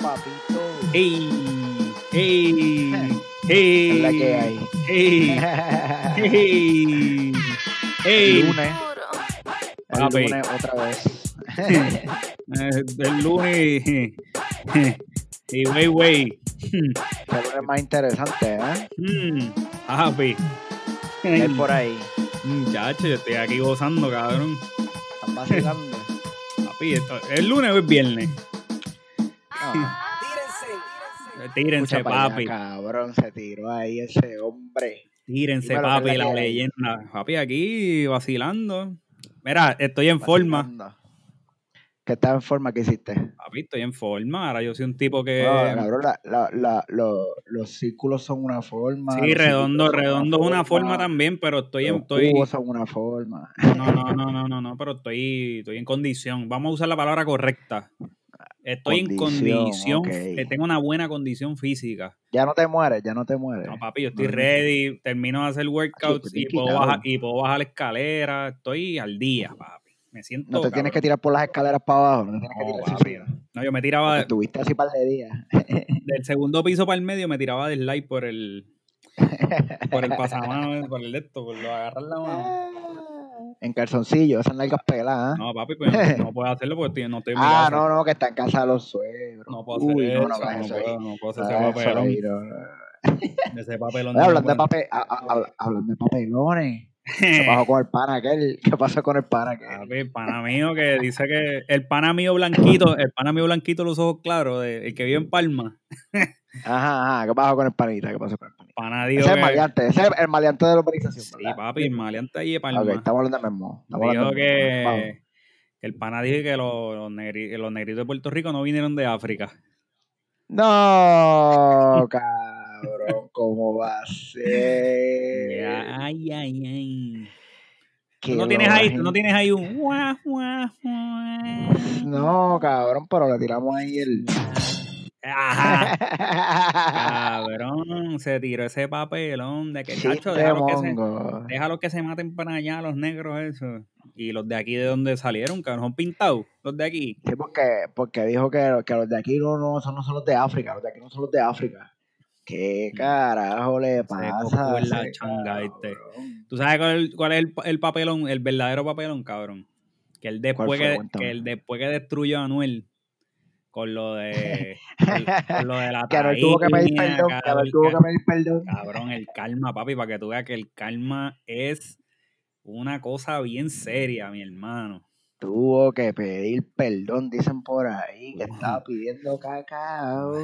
papito. ¡Ey! ¡Ey! Es ¡Ey! la que hay. ¡Ey! ¡Ey! ¡Ey! lunes, el Papi. lunes otra vez. Eh, El lunes. Y wey, wey. El lunes más interesante, ¿eh? Mm, Papi. Es por ahí. Muchacho, yo estoy aquí gozando, cabrón. Están vacilando. Papi, esto- el lunes o es viernes. Ah, Tírense, escucha para allá, papi. cabrón, se tiró ahí ese hombre. Tírense, Dímelo, ¿qué papi, es la la que hay? leyenda. Papi, aquí vacilando. Mira, estoy en forma. Vacilando. ¿Qué estaba en forma que hiciste? Papi, estoy en forma. Ahora yo soy un tipo que. Bueno, cabrón, la- la- la- lo- los círculos son una forma. sí, los redondo, círculos son redondo es una forma también, pero estoy en. Los Estoy, cubos son una forma. no, no, no, no, no, no, pero estoy, estoy en condición. Vamos a usar la palabra correcta. Estoy en Condición, condición. ok. eh, Tengo una buena condición física. Ya no te mueres, ya no te mueres. No, papi, yo estoy No, no. ready. Termino de hacer workouts estoy y puedo, quitado. bajar, y puedo bajar la escalera. Estoy al día, papi. Me siento. No te tienes que cabrón. tirar por las escaleras para abajo, no te tienes que No, tirar papi. suicida. No, yo me tiraba de- Estuviste así par de días. del segundo piso para el medio, me tiraba de slide por el. Por el pasamano, por el de esto, por lo agarrar la mano. En calzoncillo, esas nalgas peladas. ¿ah? No, papi, pues no puedo hacerlo porque estoy- no estoy en mi ah, casa. no, no, que está en casa de los suegros. No puedo hacer Uy, eso, no, no, no, hagas eso ahí. puedo, no puedo hacer No ese hagas eso papelón. ahí, no, no, no. Ese papelón. Oye, no hablando, de lo papel, a- a- a- hablando de papelones, ¿qué puedo- pasó con el pana aquel? ¿Qué pasó con el pana aquel? Papi, el pana mío que dice que el pana mío blanquito, el pana mío blanquito los ojos claros, de- el que vive en Palma. Ajá, ajá, ¿qué pasó con el panita? ¿Qué pasó con el panita? Pana dijo Ese es el que. maleante, ese es el maleante de la urbanización. Sí, ¿verdad? papi, el maleante allí de Palma. Ok, estamos hablando del mismo. Estamos hablando dijo del mismo. Vamos. que. que El pana dijo que los, los negri- los negritos de Puerto Rico no vinieron de África. No, cabrón, ¿cómo va a ser? Ay, ay, ay. Eh, Que Tú no tienes lo ahí, bajen. tú no tienes ahí un. guau, guau, guau. No, cabrón, pero le tiramos ahí el. Ajá. Cabrón, se tiró ese papelón de Ah, que chacho, Chiste déjalo que, se, Este mongo. déjalo que se maten para allá los negros eso. Y los de aquí de donde salieron, cabrón, son pintados, los de aquí. Sí, porque, porque dijo que, que los de aquí no, no, son, no son los de África, los de aquí no son los de África. ¿Qué carajo le pasa? cojo en la ese changa este. cabrón? ¿Tú sabes cuál, cuál es el, el papelón, el verdadero papelón, cabrón? Que él después fue? que, Cuéntame. que él después que destruyó a Anuel con lo de con, con lo de la Que no tuvo que pedir taína, perdón, que no cabrón, tuvo que pedir perdón. Cabrón, el calma, papi, para que tú veas que el calma es una cosa bien seria, mi hermano. Tuvo que pedir perdón, dicen por ahí, que estaba pidiendo cacao.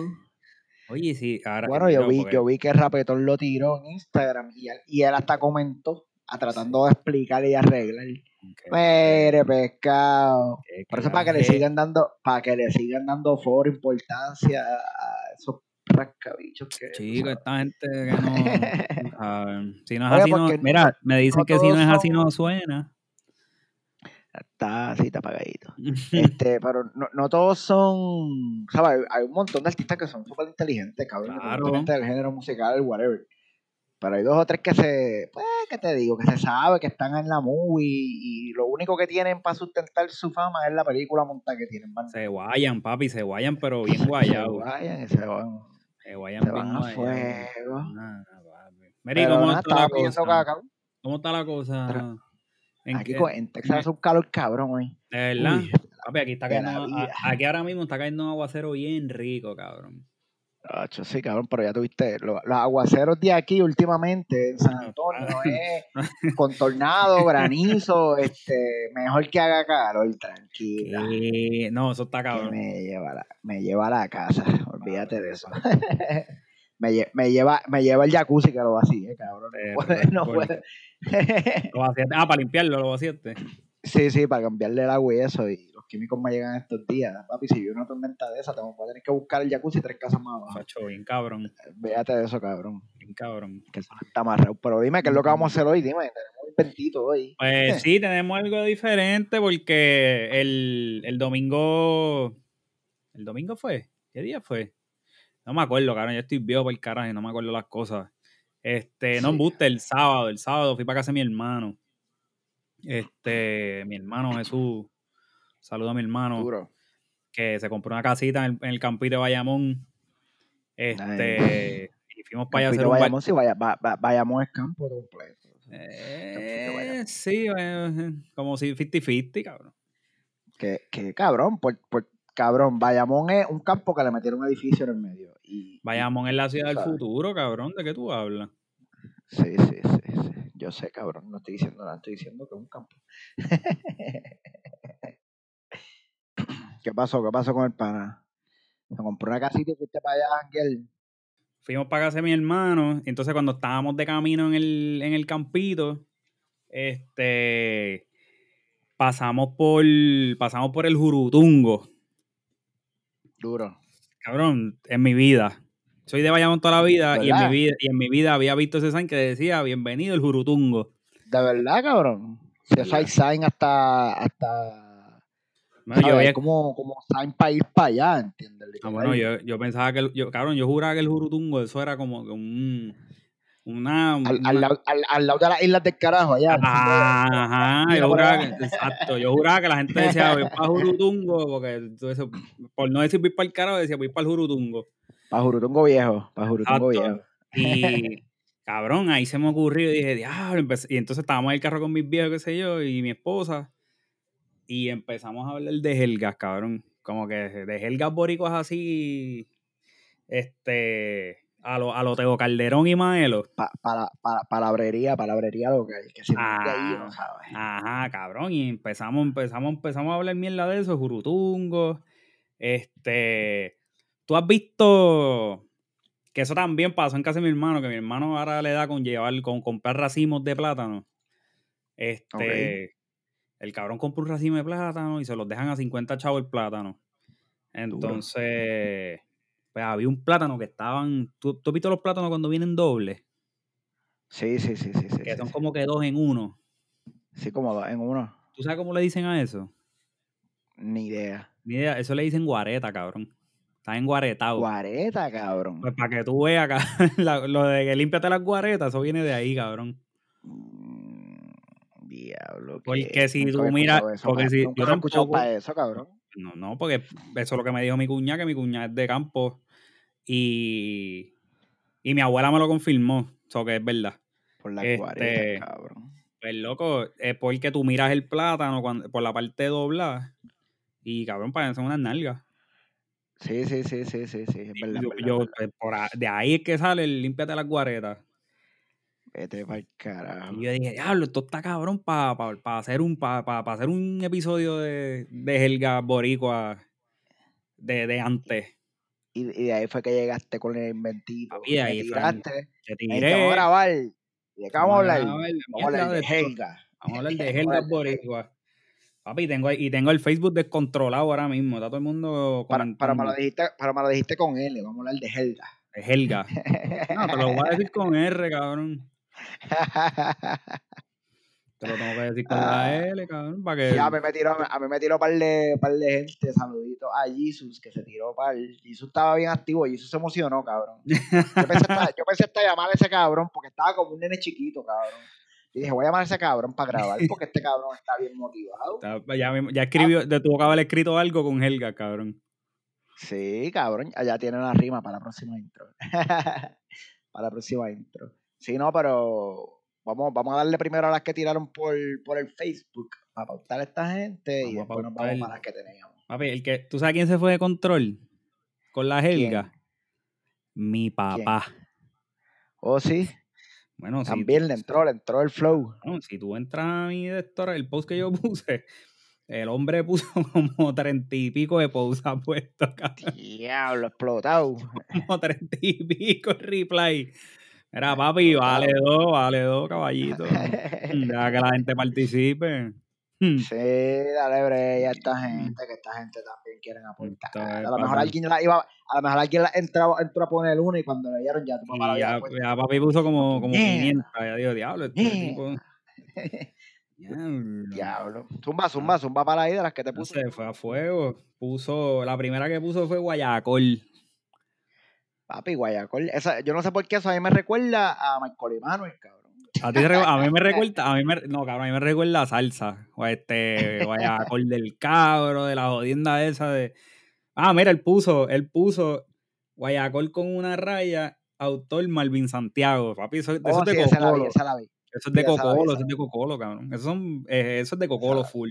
Oye, sí, ahora. Bueno, yo vi, yo vi que Rapetón lo tiró en Instagram y él, y él hasta comentó, a tratando de explicar y de arreglar. Mere Este, pescado. Por eso para que le sigan dando, para que le sigan dando foro, importancia a- a esos rascabichos que. Chico, tú esta gente que no. cabrón, si no es Oye, así, no. porque no- Mira, me dicen que si todos no es así, son- no suena. sabes, Está así, está apagadito. Este, pero no, no todos son. ¿sabes? Hay un montón de artistas que son súper inteligentes, cabrón, Claro. independientemente del género musical, whatever. Pero hay dos o tres que se. Pues, ¿qué te digo? Que se sabe que están en la movie y lo único que tienen para sustentar su fama es la película montada que tienen. man. Se guayan, papi, se guayan, pero bien se guayados. vayan y se van, Se guayan se bien van a guayados. fuego. Nah, papi. Mira, ¿y Pero cómo nada, está la estaba pidiendo cosa? cacao. ¿Cómo está la cosa? ¿En Aquí qué- co- en Texas hace un calor cabrón hoy. de verdad? Uy, Papi, aquí está de cayendo. la a- vida. aquí ahora mismo está cayendo un aguacero bien rico, cabrón. tacho, sí, cabrón, pero ya tuviste lo- los aguaceros de aquí últimamente en San Antonio es con tornado, granizo, este, mejor que haga calor, tranquila. Eh, no, eso está que cabrón. me lleva a la, me lleva a la casa, olvídate de eso. me, lle- me lleva me lleva el jacuzzi que lo vacíe, cabrón. Eh, No puede, no bueno. puede. Lo vaciaste- Ah, para limpiarlo, lo vaciaste. Sí, sí, para cambiarle el agua y eso. Y los químicos me llegan estos días. Papi, si yo una tormenta de esa, te voy a tener que buscar el jacuzzi tres casas más abajo. Macho, bien cabrón, Véate de eso, cabrón. bien cabrón. Que eso no está amarrado. Pero dime, ¿qué es lo que vamos a hacer hoy? Dime, tenemos un inventito hoy. Pues sí, tenemos algo diferente porque el, el domingo. ¿El domingo fue? ¿Qué día fue? No me acuerdo, cabrón. Yo estoy viejo por el carajo y no me acuerdo las cosas. Este, no Sí. me gusta el sábado. El sábado fui para casa de mi hermano. Este, mi hermano Jesús. Saludo a mi hermano. Duro. que se compró una casita en el, en el campito de Bayamón. Este, y fuimos para allá a hacer Pero un bar- Bayamón, sí, vaya- va- va- Bayamón es campo completo. Eh, Campito de Bayamón. sí, eh, como si 50-50, cabrón. Que, que cabrón, por, por- cabrón, Bayamón es un campo que le metieron un edificio en el medio. Y, Bayamón es la ciudad del Sabes. futuro, cabrón. ¿De qué tú hablas? Sí, sí, sí, sí. Yo sé, cabrón, no estoy diciendo nada, estoy diciendo que es un campo. ¿Qué pasó? ¿Qué pasó con el pana? Se compró una casita y fuiste para allá, Ángel. fuimos para casa de mi hermano. y Entonces, cuando estábamos de camino en el, en el campito, este pasamos por pasamos por el Jurutungo. Duro. Cabrón, en mi vida. Soy de Bayamón toda la vida y en mi ¿Verdad? vida, y en mi vida había visto ese sign que decía bienvenido el Jurutungo. De verdad, cabrón. Si eso hay sign hasta. hasta Bueno, yo, ¿sabes? veía- como, como sign para ir para allá, ¿entiendes? ah, bueno, yo, yo pensaba que el- yo, cabrón, yo juraba que el Jurutungo eso era como que un una, Al, una- al, lado- al, al lado de las islas del carajo, allá. Ah. Ajá, Mira yo por juraba, allá. que, exacto, yo juraba que la gente decía, voy para Jurutungo, porque tú eso- por no decir voy para el carajo, decía, voy para el Jurutungo. Para Jurutungo Viejo. Para Jurutungo Exacto. Viejo. Y cabrón, ahí se me ocurrió y dije, diablo, empecé- y entonces estábamos en el carro con mis viejos, qué sé yo, y mi esposa, y empezamos a hablar de helgas, cabrón, como que de helgas boricuas así, este, a lo, a lo Teo Calderón y Maelo. Pa- para, para, palabrería, palabrería lo que hay. Que si no es de ahí, no Ah. sabes. Ajá, cabrón. Y empezamos, empezamos, empezamos a hablar mierda de eso, jurutungo. Este. Tú has visto que eso también pasó en casa de mi hermano, que mi hermano ahora le da con llevar, con comprar racimos de plátano. Este. El cabrón compra un racimo de plátano y se los dejan a 50 chavos el plátano. Entonces. Pues había un plátano que estaban. ¿Tú, tú has visto los plátanos cuando vienen dobles? Sí, sí, sí, sí. sí, Que sí, son sí. como que dos en uno. Sí, como dos en uno. ¿Tú sabes cómo le dicen a eso? Ni idea. Ni idea, eso le dicen guareta, cabrón. Está enguaretado. Guareta, cabrón. Pues para que tú veas, cabrón, la- lo de que límpiate las guaretas, eso viene de ahí, cabrón. Mm, Diablo. Porque que si nunca tú había miras- escuchado eso, porque pa- si- nunca yo había escuchado tampoco. para eso, cabrón. No, no, porque eso es lo que me dijo mi cuñada, que mi cuñada es de campo. Y, y mi abuela me lo confirmó, eso que es verdad. Por la Este, guareta, cabrón. Pues loco, es porque tú miras el plátano cuando- por la parte doblada y cabrón, parecen unas nalgas. Sí, sí, sí, sí, sí, sí. Es Y verdad, yo- verdad, yo, verdad. pues, por a- de ahí es que sale el límpiate las guaretas. Vete para el carajo. Y yo dije, diablo, esto está cabrón para hacer un pa, pa- pa hacer un episodio de, de Helga Boricua de, de antes. Y, y de ahí fue que llegaste con el inventito. Papi, de ahí me fue. tiraste. Te me tiré. dijiste, vamos a grabar. ¿Y de qué vamos a hablar? grabar Vamos de a hablar mierda de de esto. Helga. Vamos a hablar de Vamos a Helga hablar de Boricua. Papi, tengo, ahí- y tengo el Facebook descontrolado ahora mismo. Está todo el mundo Para, para, me comentando. lo dijiste, para me lo dijiste con L. Vamos a hablar de Helga. de Helga. No, te lo voy a decir con R, cabrón. Te lo tengo que decir con Ah. la L, cabrón. Para que... Ya, a mí me tiró, a mí me tiró par de, par de gente, saluditos a Jesus, que se tiró par. Jesus estaba bien activo, Jesus se emocionó, cabrón. Yo pensé hasta, yo pensé hasta llamar a ese cabrón porque estaba como un nene chiquito, cabrón. Y dije, voy a llamar a ese cabrón para grabar porque este cabrón está bien motivado. Está- Ya, Ah, mismo- ya escribió, te tuvo que haber escrito algo con Helga, cabrón. Sí, cabrón, allá tiene la rima para la próxima intro. para la próxima intro. Sí, no, pero vamos, vamos a darle primero a las que tiraron por, por el Facebook para pautar a esta gente y Vamos a después nos pautar. vamos para las que teníamos. Papi, el que, ¿tú sabes quién se fue de control? Con la ¿Quién? Helga. Mi papá. Oh, sí. Bueno, si, También le entró, le entró el flow. bueno, si tú entras a mi director, el post que yo puse, el hombre puso como treinta y pico de posts ha puesto, cabrón, Diablo, explotado. como treinta y pico de reply. Mira, papi, vale dos, vale dos, caballito. Deja que la gente participe. Hmm. Sí, dale break a esta gente, que esta gente también quieren Esto aportar. es A lo para mejor dar- alguien la iba, a lo mejor alguien la entraba- entró a poner uno y cuando le dieron ya tu papá la Y ya, había puesto. ya papi puso como, como Mierda. 500. Ya digo, diablo, este Mierda. tipo. pues. Diablo. Diablo. Zumba, zumba, zumba para ahí de las que te No puse. sé, fue a fuego. Puso, la primera que puso fue Guayacol. Papi, Guayacol. Esa, yo no sé por qué eso a mí me recuerda a Michael Emanuel, cabrón. A, ti te recu- a mí me recuerda, a mí me, no, cabrón, a mí me recuerda a salsa. O a este Guayacol del cabro, de la jodienda esa de Ah, mira, él puso, él puso Guayacol con una raya, autor Malvin Santiago. Papi, eso, Oh, eso es sí, de esa la vi, Cocolo. esa la vi. Eso es de esa la vi, Cocolo, esa eso es de Cocolo, cabrón. Eso, son, eh, eso es de Cocolo Esa la full.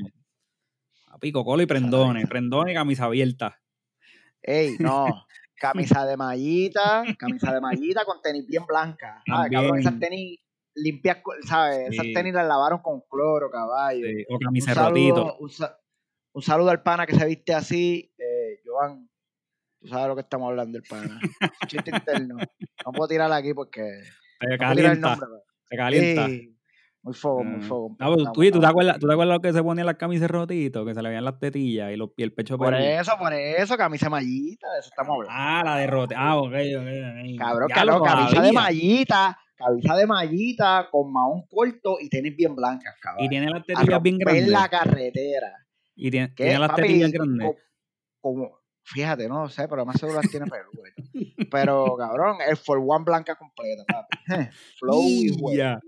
Papi, Cocolo y Prendones. esa. Prendones y camisa abierta. Ey, no. Camisa de mallita, camisa de mallita con tenis bien blanca. ¿sabes, cabrón? También. Esas tenis limpias, con- ¿sabes? Esas Sí. tenis las lavaron con cloro, caballo. eh, o Un camisa rotito. saludo, un, sa- un saludo al pana que se viste así, eh, Joan. Tú sabes lo que estamos hablando, el pana. Chiste interno. No puedo tirarla aquí porque. Te no puedo tirar el calienta, nombre, pero- te calienta. Ey, muy fogón, muy Ah. fogón. No, pero Estamos, tú, oye, ¿tú te estamos. acuerdas, ¿tú te acuerdas lo que se ponían las camisas rotitos? Que se le veían las tetillas y, los, y el pecho Por peludo. eso, por eso, camisa de mallita, de eso estamos hablando. Ah, la derrota. Ah, ok, ok, ok. Cabrón, Ya que no, lo camisa de sabía. mallita, camisa de mallita con maón corto y tenis bien blancas, cabrón. Y tiene las A tetillas bien romper grandes. la carretera. Y tiene, ¿Qué, tiene las papi? tetillas grandes. Co- Como, fíjate, no sé, pero más seguro las tiene Perú, güey. Pero, cabrón, el for one blanca completa, papi. Flow y güey. Ya.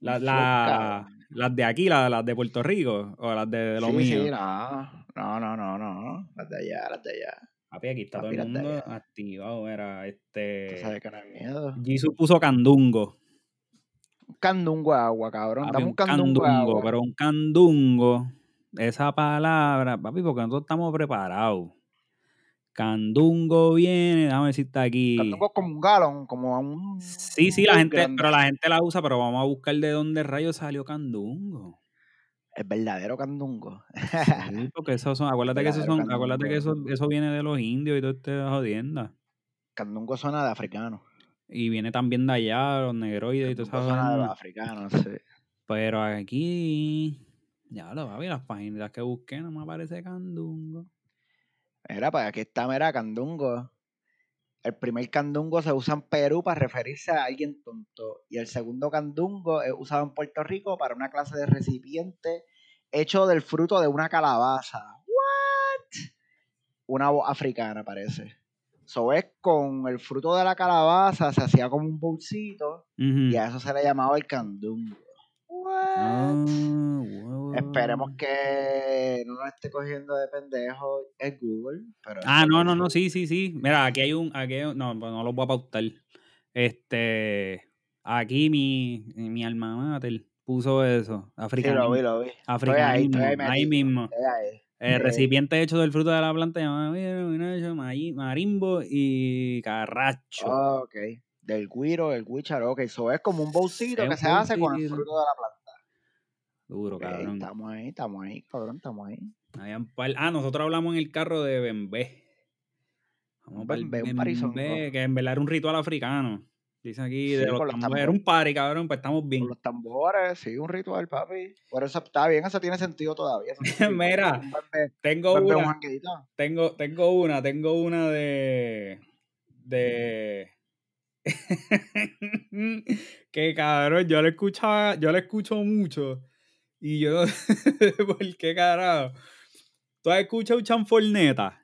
La- Flow, la- cabrón. las de aquí, la- las de Puerto Rico, o las de, de lo sí, mío. sí, no. No, no, no, no. Las de allá, las de allá. Papi, aquí está Papi, todo el las de mundo allá. activado. Era Tú este. sabes que no hay miedo. Jesús puso candungo. Un candungo de agua, cabrón. Papi, Dame Ah, un un candungo, de agua. candungo, pero un candungo, esa palabra, papi, porque nosotros estamos preparados. Candungo viene, déjame ver si está aquí. Candungo es como un galón, como a un. Sí, sí, la un gente, grande. pero la gente la usa, pero vamos a buscar de dónde rayos salió candungo. El verdadero candungo. Sí, porque eso son, acuérdate que eso Verdadero son, acuérdate que eso, candungo. eso viene de los indios y toda esta jodienda. candungo suena de africano. Y viene también de allá, los negroides y toda esa Candungo suena de los jodienda. africanos, sí. Pero aquí, ya lo papi, las páginas que busqué no me aparece candungo. Mira, pues aquí está, mira, candungo. El primer candungo se usa en Perú para referirse a alguien tonto. Y el segundo candungo es usado en Puerto Rico para una clase de recipiente hecho del fruto de una calabaza. ¿What? Una voz africana, parece. Eso es con el fruto de la calabaza, se hacía como un bolsito. Ujú. Y a eso se le llamaba el candungo. What? Ah, wow. Mm. Esperemos que no nos esté cogiendo de pendejo el Google. Pero Ah, eso no, es no, no, su- sí, sí, sí. Mira, aquí hay un. Aquí hay un- no, pues no lo voy a pautar. Este. Aquí mi, mi alma mater puso eso. Sí, lo Africanismo. vi, lo vi. Estoy ahí, estoy africanismo. ahí Ahí, metido. mismo. Estoy ahí. El Sí. recipiente hecho del fruto de la planta llamado vino, vinacho, mayi- marimbo y carracho. Ok. Del guiro, el guichar, ok. Eso es como un bolsito Es que un se hace con el bolsito. fruto de la planta. Duro, Ok, cabrón. estamos ahí, estamos ahí, cabrón, estamos ahí. Habían par- Ah, nosotros hablamos en el carro de Bembé. Vamos Un para el Bembé, un parizongo. Bembé, que en verdad era un ritual africano. Dice aquí de Sí, los con los tambores. tambores. Era un party, cabrón, pues estamos bien. Con los tambores, sí, un ritual, papi. Por eso está bien, eso tiene sentido todavía. eso tiene sentido. Mira, Un Bembé- Tengo Bembé, un una, jangueíto. tengo, tengo una, tengo una de. de. que cabrón, yo la escuchaba, yo la escucho mucho. Y yo no sé por qué carajo. ¿Tú has escuchado chanforneta?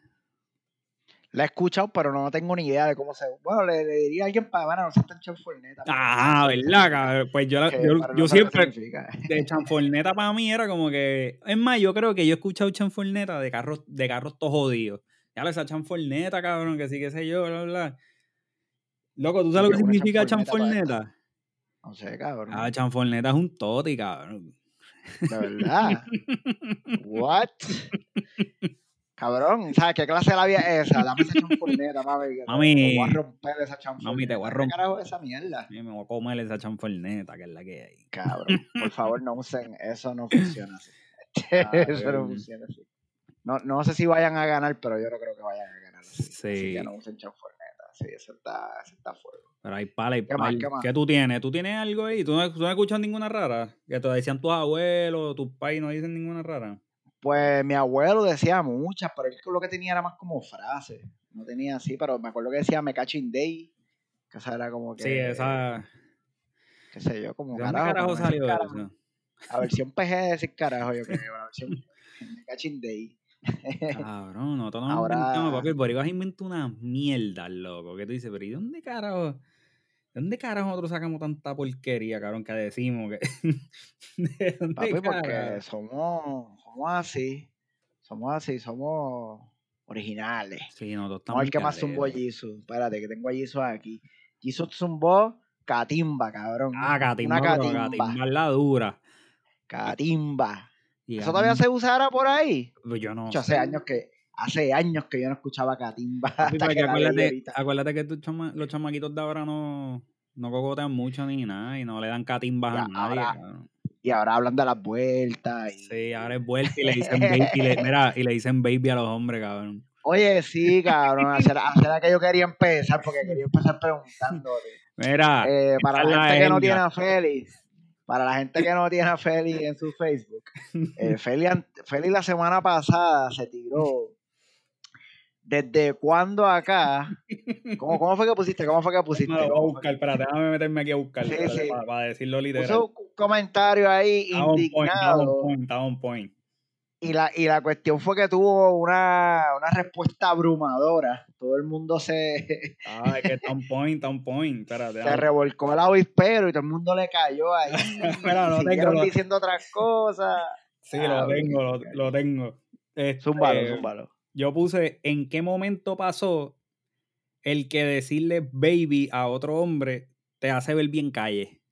La he escuchado, pero no tengo ni idea de cómo se. Bueno, le, le diría a alguien para, bueno, no seas tan chanforneta. Ah, ¿verdad, cabrón? Pues yo, la- Que yo, para no yo saber qué siempre, significa. de chanforneta para mí era como que. Es más, yo creo que yo he escuchado chanforneta de carros, de carros todos jodidos. Ya lo, esa chanforneta, cabrón, que sí, qué sé yo, bla, bla, bla. Loco, ¿tú Y sabes lo yo, que una significa chanforneta pa' chanforneta? No sé, cabrón. Ah, chanforneta es un toti, cabrón. De verdad. What? Cabrón, ¿sabes qué clase de labia es esa? Dame esa chanforneta, mami. que te- Mami. Te voy a romper esa chanforneta. Mami, te voy a ¿Qué romper. carajo es esa mierda? Yo me voy a comer esa chanforneta, que es la que hay. Cabrón, por favor, no usen. Eso no funciona así. Eso no Cabrón. funciona así. No, no sé si vayan a ganar, pero yo no creo que vayan a ganar. Así, así Sí. que no usen chanforneta. Sí, eso está, eso está fuerte. Pero hay pala y ¿Qué más, pala. qué más? ¿Qué tú tienes? ¿Tú tienes algo ahí? ¿Tú no, tú no escuchas ninguna rara? Que te decían tus abuelos, tus pais, no dicen ninguna rara. Pues mi abuelo decía muchas, pero él lo que tenía era más como frases. No tenía así, pero me acuerdo que decía me caching day. Que esa era como que. Sí, esa. Qué sé yo, como ¿De dónde carajo. carajo como decir salió carajo. eso? La versión PG de decir carajo, yo creo. La versión me caching day. Cabrón, nosotros nos Ahora- inventamos, papi. El boricua se inventó una mierda, loco. Que tú dices, pero ¿y dónde carajo? ¿De dónde carajo nosotros sacamos tanta porquería, cabrón, que decimos? Que... ¿De dónde Papi, porque carajo? somos, somos así. Somos así, somos originales. Sí, no, todo está No el muy que más calero. zumbó Jisoo. Espérate, que tengo a Jisoo aquí. Jisoo zumbó Catimba, cabrón. Ah, Catimba, Una pero catimba. Catimba es la dura. Catimba. Y ¿Eso todavía se usa ahora por ahí? Pues Yo no. Yo hace años que hace años que yo no escuchaba Catimba. Papi, hasta porque que la leí acuérdate, ahorita. acuérdate que tus chama- los chamaquitos de ahora no, no cocotean mucho ni nada y no le dan catimbas a Ya, nadie. ahora- cabrón. Y ahora hablan de las vueltas. y- Sí, ahora es vuelta y le dicen baby, y le, mira, y le dicen baby a los hombres, cabrón. Oye, sí, cabrón. Hacer, hacer que yo quería empezar porque quería empezar preguntándote. Mira, Eh, para está la Ah, la gente que no agenda. tiene a Félix, para la gente que no tiene a Félix en su Facebook, eh, Félix, an- Félix la semana pasada se tiró. ¿Desde cuándo acá? ¿Cómo, cómo fue que pusiste? ¿Cómo fue que pusiste? me lo voy a ¿Cómo fue? buscar, espérate, déjame meterme aquí a buscar este, Sí, para, sí. para- para decirlo literal. Puso un comentario ahí Está on point, está on indignado. point, está on point. Y la, y la cuestión fue que tuvo una, una respuesta abrumadora. Todo el mundo se, Ah, es que está on point, está on point. Espérate, se déjame- revolcó el avispero y todo el mundo le cayó ahí. Mira, lo tengo, Siguieron lo- diciendo otras cosas. sí, Ah, lo tengo, lo, lo tengo. Este, Zúmbalo, zúmbalo. Yo puse en qué momento pasó el que decirle baby a otro hombre te hace ver bien calle.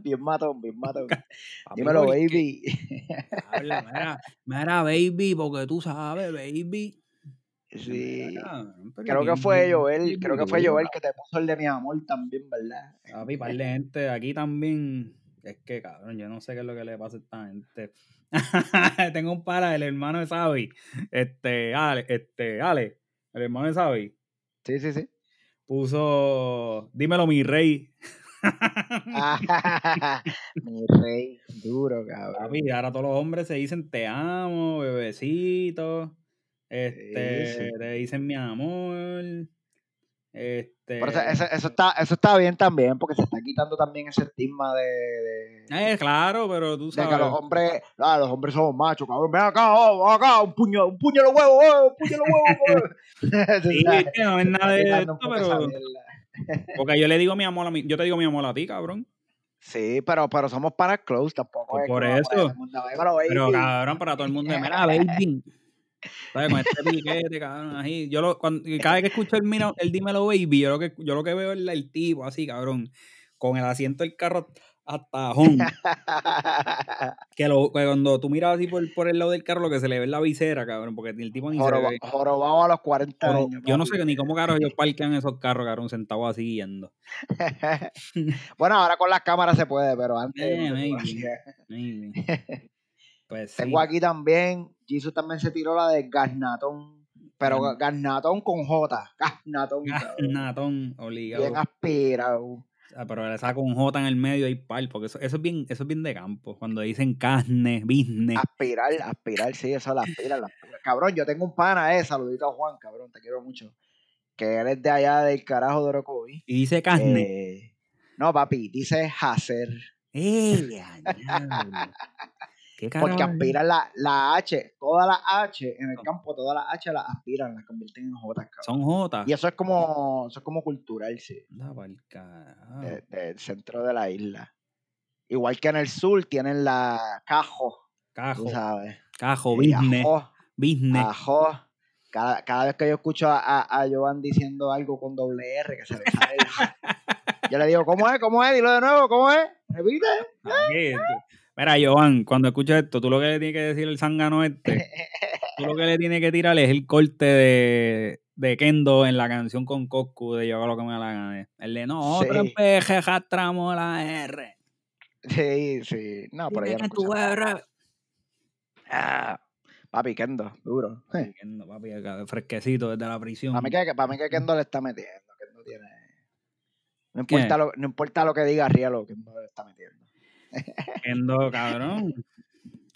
Bien matón, bien matón. Papi, Dímelo, ¿por qué? baby. Habla, mira, mira, baby, porque tú sabes, baby. Sí. Mira, pero Creo que bien, fue bien, Joel, bien creo que fue duro. Joel que te puso el de mi amor también, ¿verdad? Papi, par de gente aquí también. Es que, cabrón, yo no sé qué es lo que le pasa a esta gente. Tengo un para, el hermano de Xavi. Este, Ale, este, Ale, el hermano de Xavi. Sí, sí, sí. Puso, dímelo, mi rey. Ah, mi rey, duro, cabrón. Papi, ahora todos los hombres se dicen te amo, bebecito. Este, Sí, sí. te dicen mi amor. Este. Pero eso, eso- eso está, eso está bien también, porque se está quitando también ese estigma de, de- Eh, claro, pero tú de que sabes. los hombres, ah, los hombres somos machos, cabrón, ven acá, oh, acá, un puño, un puño en los huevos, oh, un puño en los huevos. cabrón. Tú Sí, sabes, es que no es se está nada de quitando esto, un poco esa pero. mierda. Porque yo le digo mi amor a mi. Yo te digo mi amor a ti, cabrón. Sí, pero, pero somos para close, tampoco. Pues es que por vamos a eso. poner el mundo, "Dímelo, baby". Pero, cabrón, para todo el mundo. Mira, baby. ¿Sabes? Con este piquete, cabrón, ahí. Yo lo, cuando- y cada vez que escucho el, mira- el dímelo, baby, yo lo que, yo lo que veo es la- el tipo así, cabrón. Con el asiento del carro hasta home. Que lo- que cuando tú miras así por, por el lado del carro, lo que se le ve es la visera, cabrón, porque el tipo ni Joroba- se le ve. jorobado a los 40 Pero años. yo no papi. sé ni cómo caros ellos parquean esos carros, cabrón, sentados así guiando. bueno, ahora con las cámaras se puede, pero antes. Eh, no se maybe. podía. Maybe. Pues sí. Tengo aquí también, Jesus también se tiró la de Garnatón, pero Garn- Garnatón con J, Garnatón, cabrón. Natón, bien obligado. aspirado. Ah, Pero le saco un J en el medio y par, porque eso, eso es bien, eso es bien de campo. Cuando dicen carne, business. Aspirar, aspirar, sí, eso la aspira, la aspira. Cabrón, yo tengo un pana, eh, saludito a Juan, cabrón, te quiero mucho. Que él es de allá del carajo de Orocovi. Y dice carne. Eh, no, papi, dice hacer. ¡Ey, a ¡Eh, diablo! ¿Qué Porque carajo es? aspiran la, la H, toda la H en el campo, toda la H la aspiran, la convierten en J, cabrón. Son J. Y eso es como, eso es como cultural, sí, Anda pa'l carajo. de- eh, del centro de la isla. Igual que en el sur tienen la cajo, Cajo, tú sabes. cajo, eh, business, ajo, business. ajo. Cada, cada vez que yo escucho a, a, a Joan diciendo algo con doble R, que se le sale el ajo. Yo le digo, ¿cómo es? ¿Cómo es? Dilo de nuevo, ¿cómo es? Repite. Ah, ¿qué es esto? Mira, Joan, cuando escuchas esto, tú lo que le tienes que decir el zángano este, tú lo que le tienes que tirar es el corte de, de Kendo en la canción con Coscu de Yo hago lo que me da la gana. El de nosotros Sí. pejejas tramo la R. Sí, sí. No, pero Dime ya no que tú escucho. eres- Ah, papi, Kendo, duro. Eh, Kendo, papi, acá, fresquecito desde la prisión. Para mí, que, para mí que Kendo le está metiendo. Kendo tiene... No importa, ¿Qué? lo, no importa lo que diga Rielo, Kendo le está metiendo. Kendo, cabrón.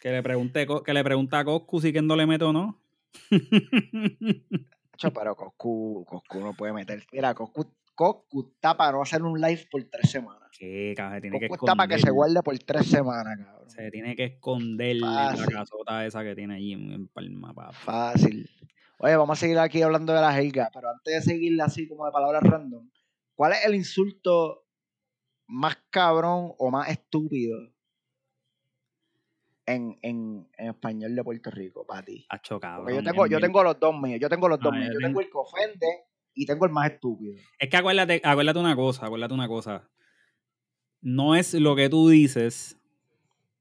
Que le, pregunte, co- que le pregunta a Coscu si Kendo le mete o no. Chacho, pero Coscu, Coscu no puede meter. Mira, Coscu, Coscu está para no hacer un live por tres semanas. Sí, cabrón, se tiene que Coscu está para que se esconder. guarde por tres semanas, cabrón. Se tiene que esconder en la Fácil. casota esa que tiene allí en, en Palma, papi. Fácil. Oye, vamos a seguir aquí hablando de la jerga, pero antes de seguirla así como de palabras random, ¿cuál es el insulto más cabrón o más estúpido en, en, en español de Puerto Rico para ti? Hacho, cabrón, Porque yo tengo, bien, yo bien. tengo los dos míos, yo tengo los dos Ah, míos. yo Yo tengo el que ofende y tengo el más estúpido. Es que acuérdate, acuérdate una cosa, acuérdate una cosa. No es lo que tú dices,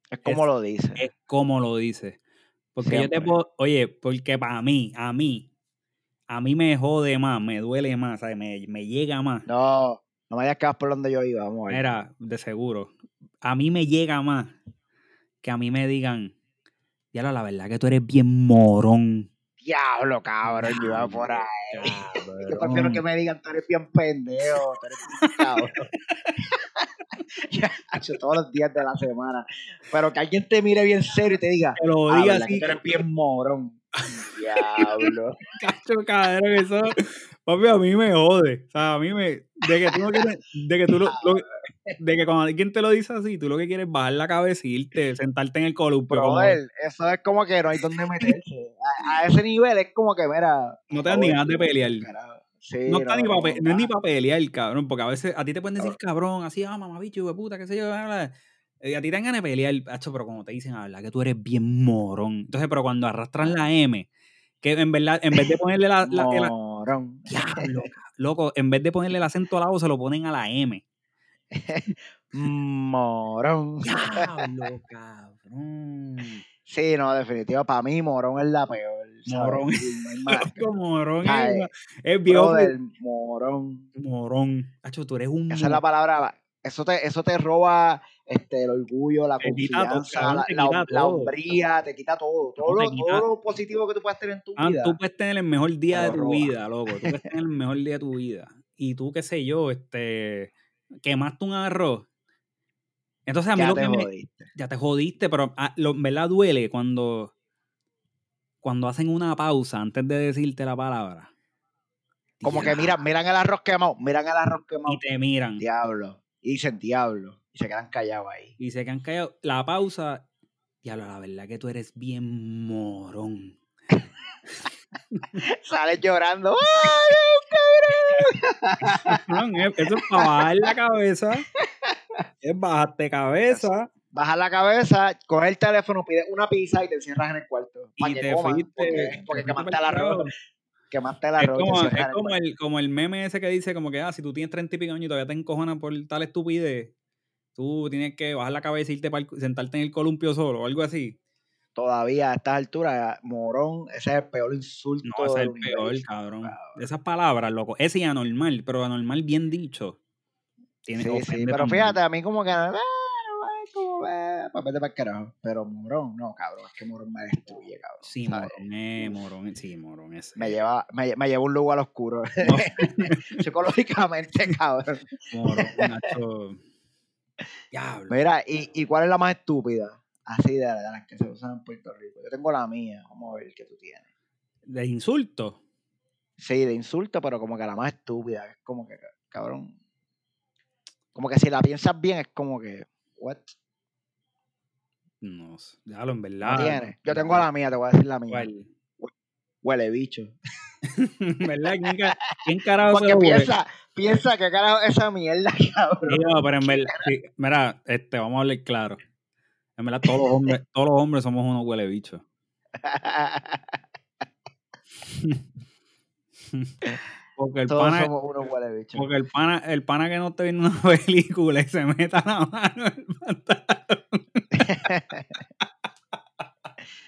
Es como Es- lo dice. es como lo dices. Porque yo te Siempre. puedo, oye, porque para mí, a mí, a mí me jode más, me duele más, ¿sabes? Me, me llega más. No, no me digas que vas por donde yo iba, vamos a ver. Mira, de seguro. A mí me llega más que a mí me digan, diablo, la verdad que tú eres bien morón. Diablo, cabrón, yo iba por ahí. Yo prefiero Cabrón. que me digan, tú eres bien pendejo, tú eres bien cabrón. Ya, hacho, todos los días de la semana. Pero que alguien te mire bien serio y te diga, Que lo ah, diga ¿verdad así. que tú eres bien morón. Diablo. Cacho, cabrón, eso. Papi, a mí me jode. O sea, a mí me. De que tú no quieres. De que tú lo- lo- de que cuando alguien te lo dice así, tú lo que quieres es bajar la cabeza y irte, sentarte en el columpio. como- Brother, eso es como que no hay dónde meterse. A, a ese nivel es como que, mira. no te dan ni ganas de pelear. carajo. Sí, No, está ni no, pa pe- no. no es ni para pelear, cabrón, porque a veces a ti te pueden decir cabrón, así, ah, mamabicho, hijo de puta, qué sé yo, bla, bla. Y a ti te dan ganas de pelear, hacho, pero cuando te dicen, la verdad que tú eres bien morón. Entonces, pero cuando arrastran la M, que en verdad, en vez de ponerle la, la- el, Morón. Diablo, ca- loco, en vez de ponerle el acento a la O, se lo ponen a la M. Mm. Morón. Diablo, cabrón. Sí, no, definitivo. Para mí, morón es la peor. ¿sabes? Morón. No hay más. Loco, morón Ay, es, es viejo. Brother, morón. Morón. Hacho, tú eres un Esa es la palabra. Eso te, eso te roba este, el orgullo, la Te quita todo, confianza, cabrón, la, te la- quita la todo. hombría, te quita todo. Todo, te lo, quita- todo lo positivo que tú puedas tener en tu Ah, vida. tú puedes tener el mejor Te día de lo tu roba. vida, loco. Tú puedes tener el mejor día de tu vida. Y tú, qué sé yo, este, quemaste un arroz. Entonces a mí ya lo te que me, jodiste. ya te jodiste, pero ah, lo- en verdad duele cuando, cuando hacen una pausa antes de decirte la palabra. Como que Diablo. miran, miran el arroz quemado, miran el arroz quemado. y te miran Diablo. Y dicen diablo. Y se quedan callados ahí. y se quedan callados. La pausa, diablo, la verdad que tú eres bien morón. Sales llorando. ¡Ah! ¡Ay, cabrón! Cabrón, eh, Eso es para bajar la cabeza. Es bajarte cabeza Baja la cabeza, coge el teléfono, pide una pizza y te encierras en el cuarto. Pa' y que te coman, fuiste. Porque, porque te fuiste quemaste pa'l el carajo. arroz. Quemaste el Es arroz. y te como, encierras en es el como cuarto. el, como el meme ese que dice como que, ah, si tú tienes 30 y pico años y todavía te encojonan por tal estupidez, tú tienes que bajar la cabeza y irte pa'l- sentarte en el columpio solo o algo así. todavía a estas alturas, morón, ese es el peor insulto No, ese es del el peor, universo. cabrón. cabrón. Esas palabras, loco. Ese y anormal, pero anormal bien dicho. Tiene, sí, sí, ofende pero también. fíjate, a mí como que, ah, no, es como, ah, pues vete para carajo. Pero morón, no, cabrón, es que morón me destruye, cabrón. Sí, ¿sabes? morón, eh, morón, eh, sí, morón. Es, Me lleva, me, me lleva a un lugar oscuro, No, psicológicamente, cabrón. morón, Nacho. Diablo. Mira, ¿y, ¿y cuál es la más estúpida? Así de, de las que se usan en Puerto Rico. Yo tengo la mía, vamos a ver qué tú tienes. De insulto. Sí, de insulto, pero como que la más estúpida, es como que, cabrón. Como que si la piensas bien, es como que, what? No sé. Diablo, en No verdad. tiene. Yo tengo la mía, te voy a decir la mía. Ah, ¿Cuál? Huele bicho. ¿Verdad? ¿Quién, ca- quién carajo Porque se lo Ah, huele? piensa, piensa que carajo esa mierda, cabrón. Digo, pero en verdad, sí, mira, este, vamos a hablar claro. En verdad, todos los hombres, todos los hombres somos unos huele bichos. Porque el Todos pana, somos unos huele bicho. porque el pana, el pana que no esté viendo una película y se meta la mano en el pantalón.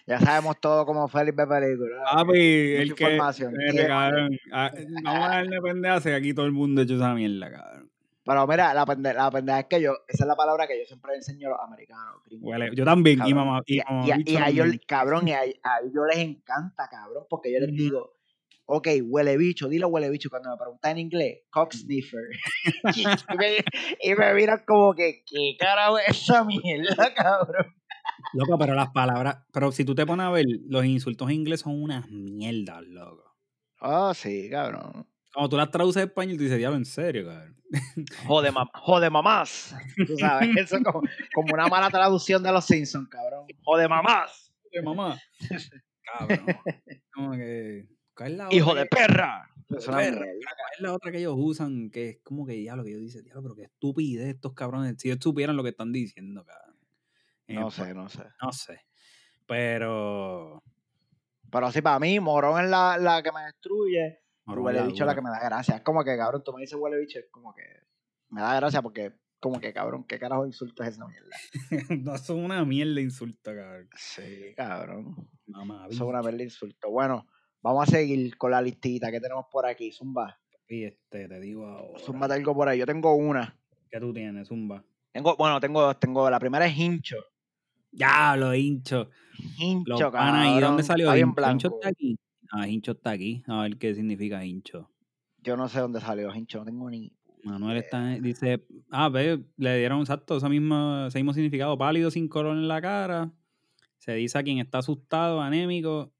Ya sabemos todo como Félix de película. Mucha Papi, Ah, pues, el que. información. Mire, Bien. cabrón, ah, Vamos a darle pendejas y aquí todo el mundo ha hecho esa mierda, cabrón. Pero mira, la pendeja, la pendeja es que yo, esa es la palabra que yo siempre le enseño a los americanos. gringos. Huele- Yo también, y Cabrón. mamá, y Y, mamá y- bicho y a ellos, también. cabrón, y a, a ellos les encanta, cabrón, porque yo les Ujú. digo, ok, huele bicho, dilo huele bicho. Cuando me preguntan en inglés, cock sniffer. y, me, y me miran como que, ¿qué carajo es esa mierda, cabrón? Loco, pero las palabras. Pero si tú te pones a ver, los insultos en inglés son unas mierdas, loco. Oh, sí, cabrón. Cuando tú las traduces a español, tú dices, diablo, en serio, cabrón. Jode, mam- jode mamás. Tú sabes, eso es como, como una mala traducción de los Simpsons, cabrón. Jode mamás. de mamá. Cabrón. Como que. ¿Cuál es la Hijo otra de que- perra. Es una perra. mierda. cuál es la otra que ellos usan? Que es como que diablo que ellos dicen, diablo, pero qué estupidez estos cabrones. Si ellos supieran lo que están diciendo, cabrón. Eh, No pues, sé, no sé. No sé. Pero. Pero sí, para mí, Morón es la, la que me destruye. Morón huele la bicho es la dura. que me da gracia. Es como que, cabrón, tú me dices huele bicho, es como que me da gracia porque, como que, cabrón, ¿qué carajo insulto es esa mierda? no, eso es una mierda insulta, cabrón. Sí, cabrón. Mamá, Eso es una mierda de insulto. Bueno, vamos a seguir con la listita que tenemos por aquí. Zumba. Y este, te digo ahora. Zumba algo por ahí. Yo tengo una. ¿Qué tú tienes, Zumba? Tengo, bueno, tengo dos. Tengo, la primera es hincho. Ya, lo hincho. Los Hincho, panas, ¿y cabrón, dónde salió está bien hincho? Hincho blanco. está aquí. Ah, hincho está aquí. A ver qué significa hincho. Yo no sé dónde salió hincho, no tengo ni. Manuel Eh. está, dice, ah, ve, le dieron exacto ese mismo, ese mismo significado, pálido, sin color en la cara. Se dice a quien está asustado, anémico,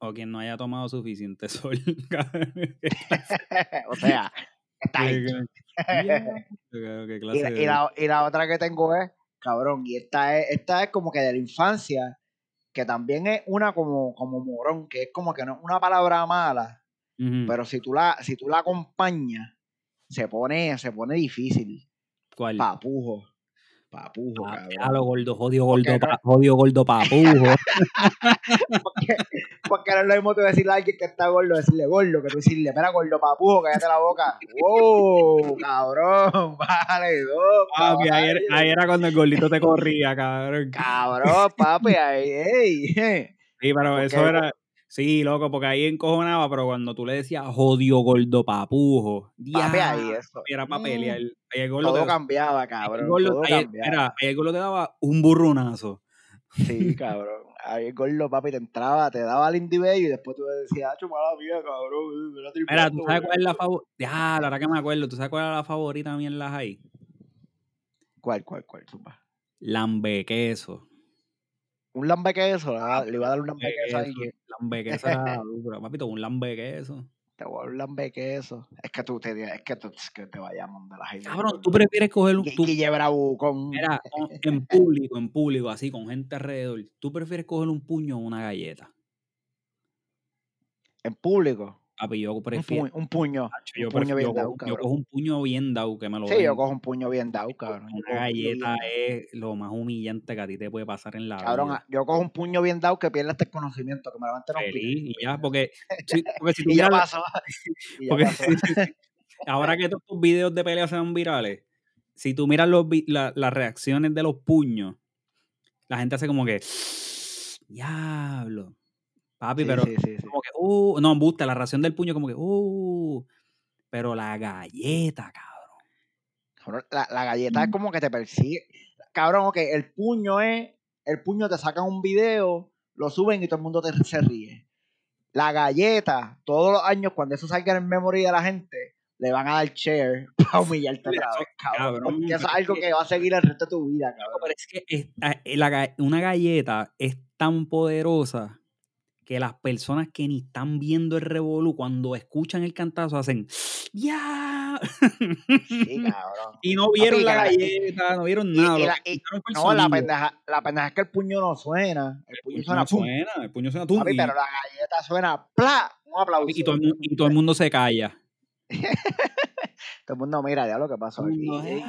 o quien no haya tomado suficiente sol. o sea, está hincho. Ya, qué clase Y la, de- y la- y la otra que tengo es, cabrón, y esta es, esta es como que de la infancia, que también es una como, como morón, que es como que no es una palabra mala, Ujú. pero si tú la, si tú la acompañas, se pone, se pone difícil. ¿Cuál? Papujo. Papujo, Ah, cabrón. ya lo gordo, jodido gordo, Porque pa- jodido gordo papujo. Porque, porque Pues no es lo mismo tú decirle a alguien que está gordo, decirle gordo, que tú decirle, espera, gordo papujo, cállate la boca. ¡Wow! Cabrón, vale, dos. Papi, Ah, ahí caballo. era, ahí era cuando el gordito te corría, cabrón. Cabrón, papi, ahí, ey, eh. Sí, pero Porque- eso era. Sí, loco, porque ahí encojonaba, pero cuando tú le decías jodido gordo papujo, Papi, ya, ahí eso. era para Mm, pelear. Ahí el gordo, Todo te, cambiaba, ahí el cabrón. gordo- todo ahí el- cambiaba. era, ahí el gordo te daba un burronazo. Sí, cabrón. Ahí el gordo, papi, te entraba, te daba el indivello y después tú le decías, ah, chumala mía, cabrón. me la Mira, ¿tú tripeando, sabes güey". cuál es la favorita? Ya, ahora que me acuerdo, ¿tú sabes cuál era la favorita mía en las hay? ¿Cuál, cuál, cuál? zumba? Lambequeso. Un lambequeso, ah, le iba a dar un lambequeso a Lambequeso. alguien. Lambequeso era ah, duro. Papito, un lambequeso. Te voy a dar un lambequeso. Es que tú te, es que tú, es que te vayamos de la gente. Cabrón, tú prefieres coger un. Gui- tú- Guille Bravucón. Mira, con- en público, en público, así, con gente alrededor, ¿tú prefieres coger un puño o una galleta? En público. Papi, yo Un, prefiero. pu- un puño. macho, un yo, puño prefiero- bien yo dado, cojo, yo cabrón. cojo un puño bien dado que me lo Sí, den. yo cojo un puño bien dado, cabrón. Yo Una cojo un puño bien galleta dado. es lo más humillante que a ti te puede pasar en la Cabrón, ah, vida. yo cojo un puño bien dado que pierda este conocimiento, que me levante los Feliz, pies. y ya, porque, si- porque si Y ya tuviera la- pasó. Y ya Porque pasó. sí, sí, sí. ahora que todos tus videos de pelea sean virales, si tú miras los vi- la- las reacciones de los puños, la gente hace como que, diablo, papi, Sí, pero sí, sí, sí. como que, uh, no, busta, la reacción del puño como que, uh, pero la galleta, cabrón. Cabrón, La, la galleta es como que te persigue. Cabrón, ok, el puño es. El puño te sacan un video, lo suben y todo el mundo te, se ríe. La galleta, todos los años, cuando eso salga en el memory de la gente, le van a dar share para humillarte otra Eso, vez, cabrón. cabrón, Porque eso es pero algo es que va a seguir el resto de tu vida, cabrón. Pero es que es- ah, eh, la ga- una galleta es tan poderosa que las personas que ni están viendo el revolú, cuando escuchan el cantazo, hacen, ya. Sí, cabrón. Y no vieron Papi, la que la- galleta, no vieron y- nada. y lo la- que y- escucharon fue el No, la sonido. pendeja, la pendeja es que el puño no suena. El El puño puño suena no pum. suena, el puño suena tú. Papi, y, pero la galleta suena ¡plá! Un aplauso. y todo el, mu- y todo el mundo se calla. Todo el mundo mira ya lo que pasó Todo el aquí. mundo,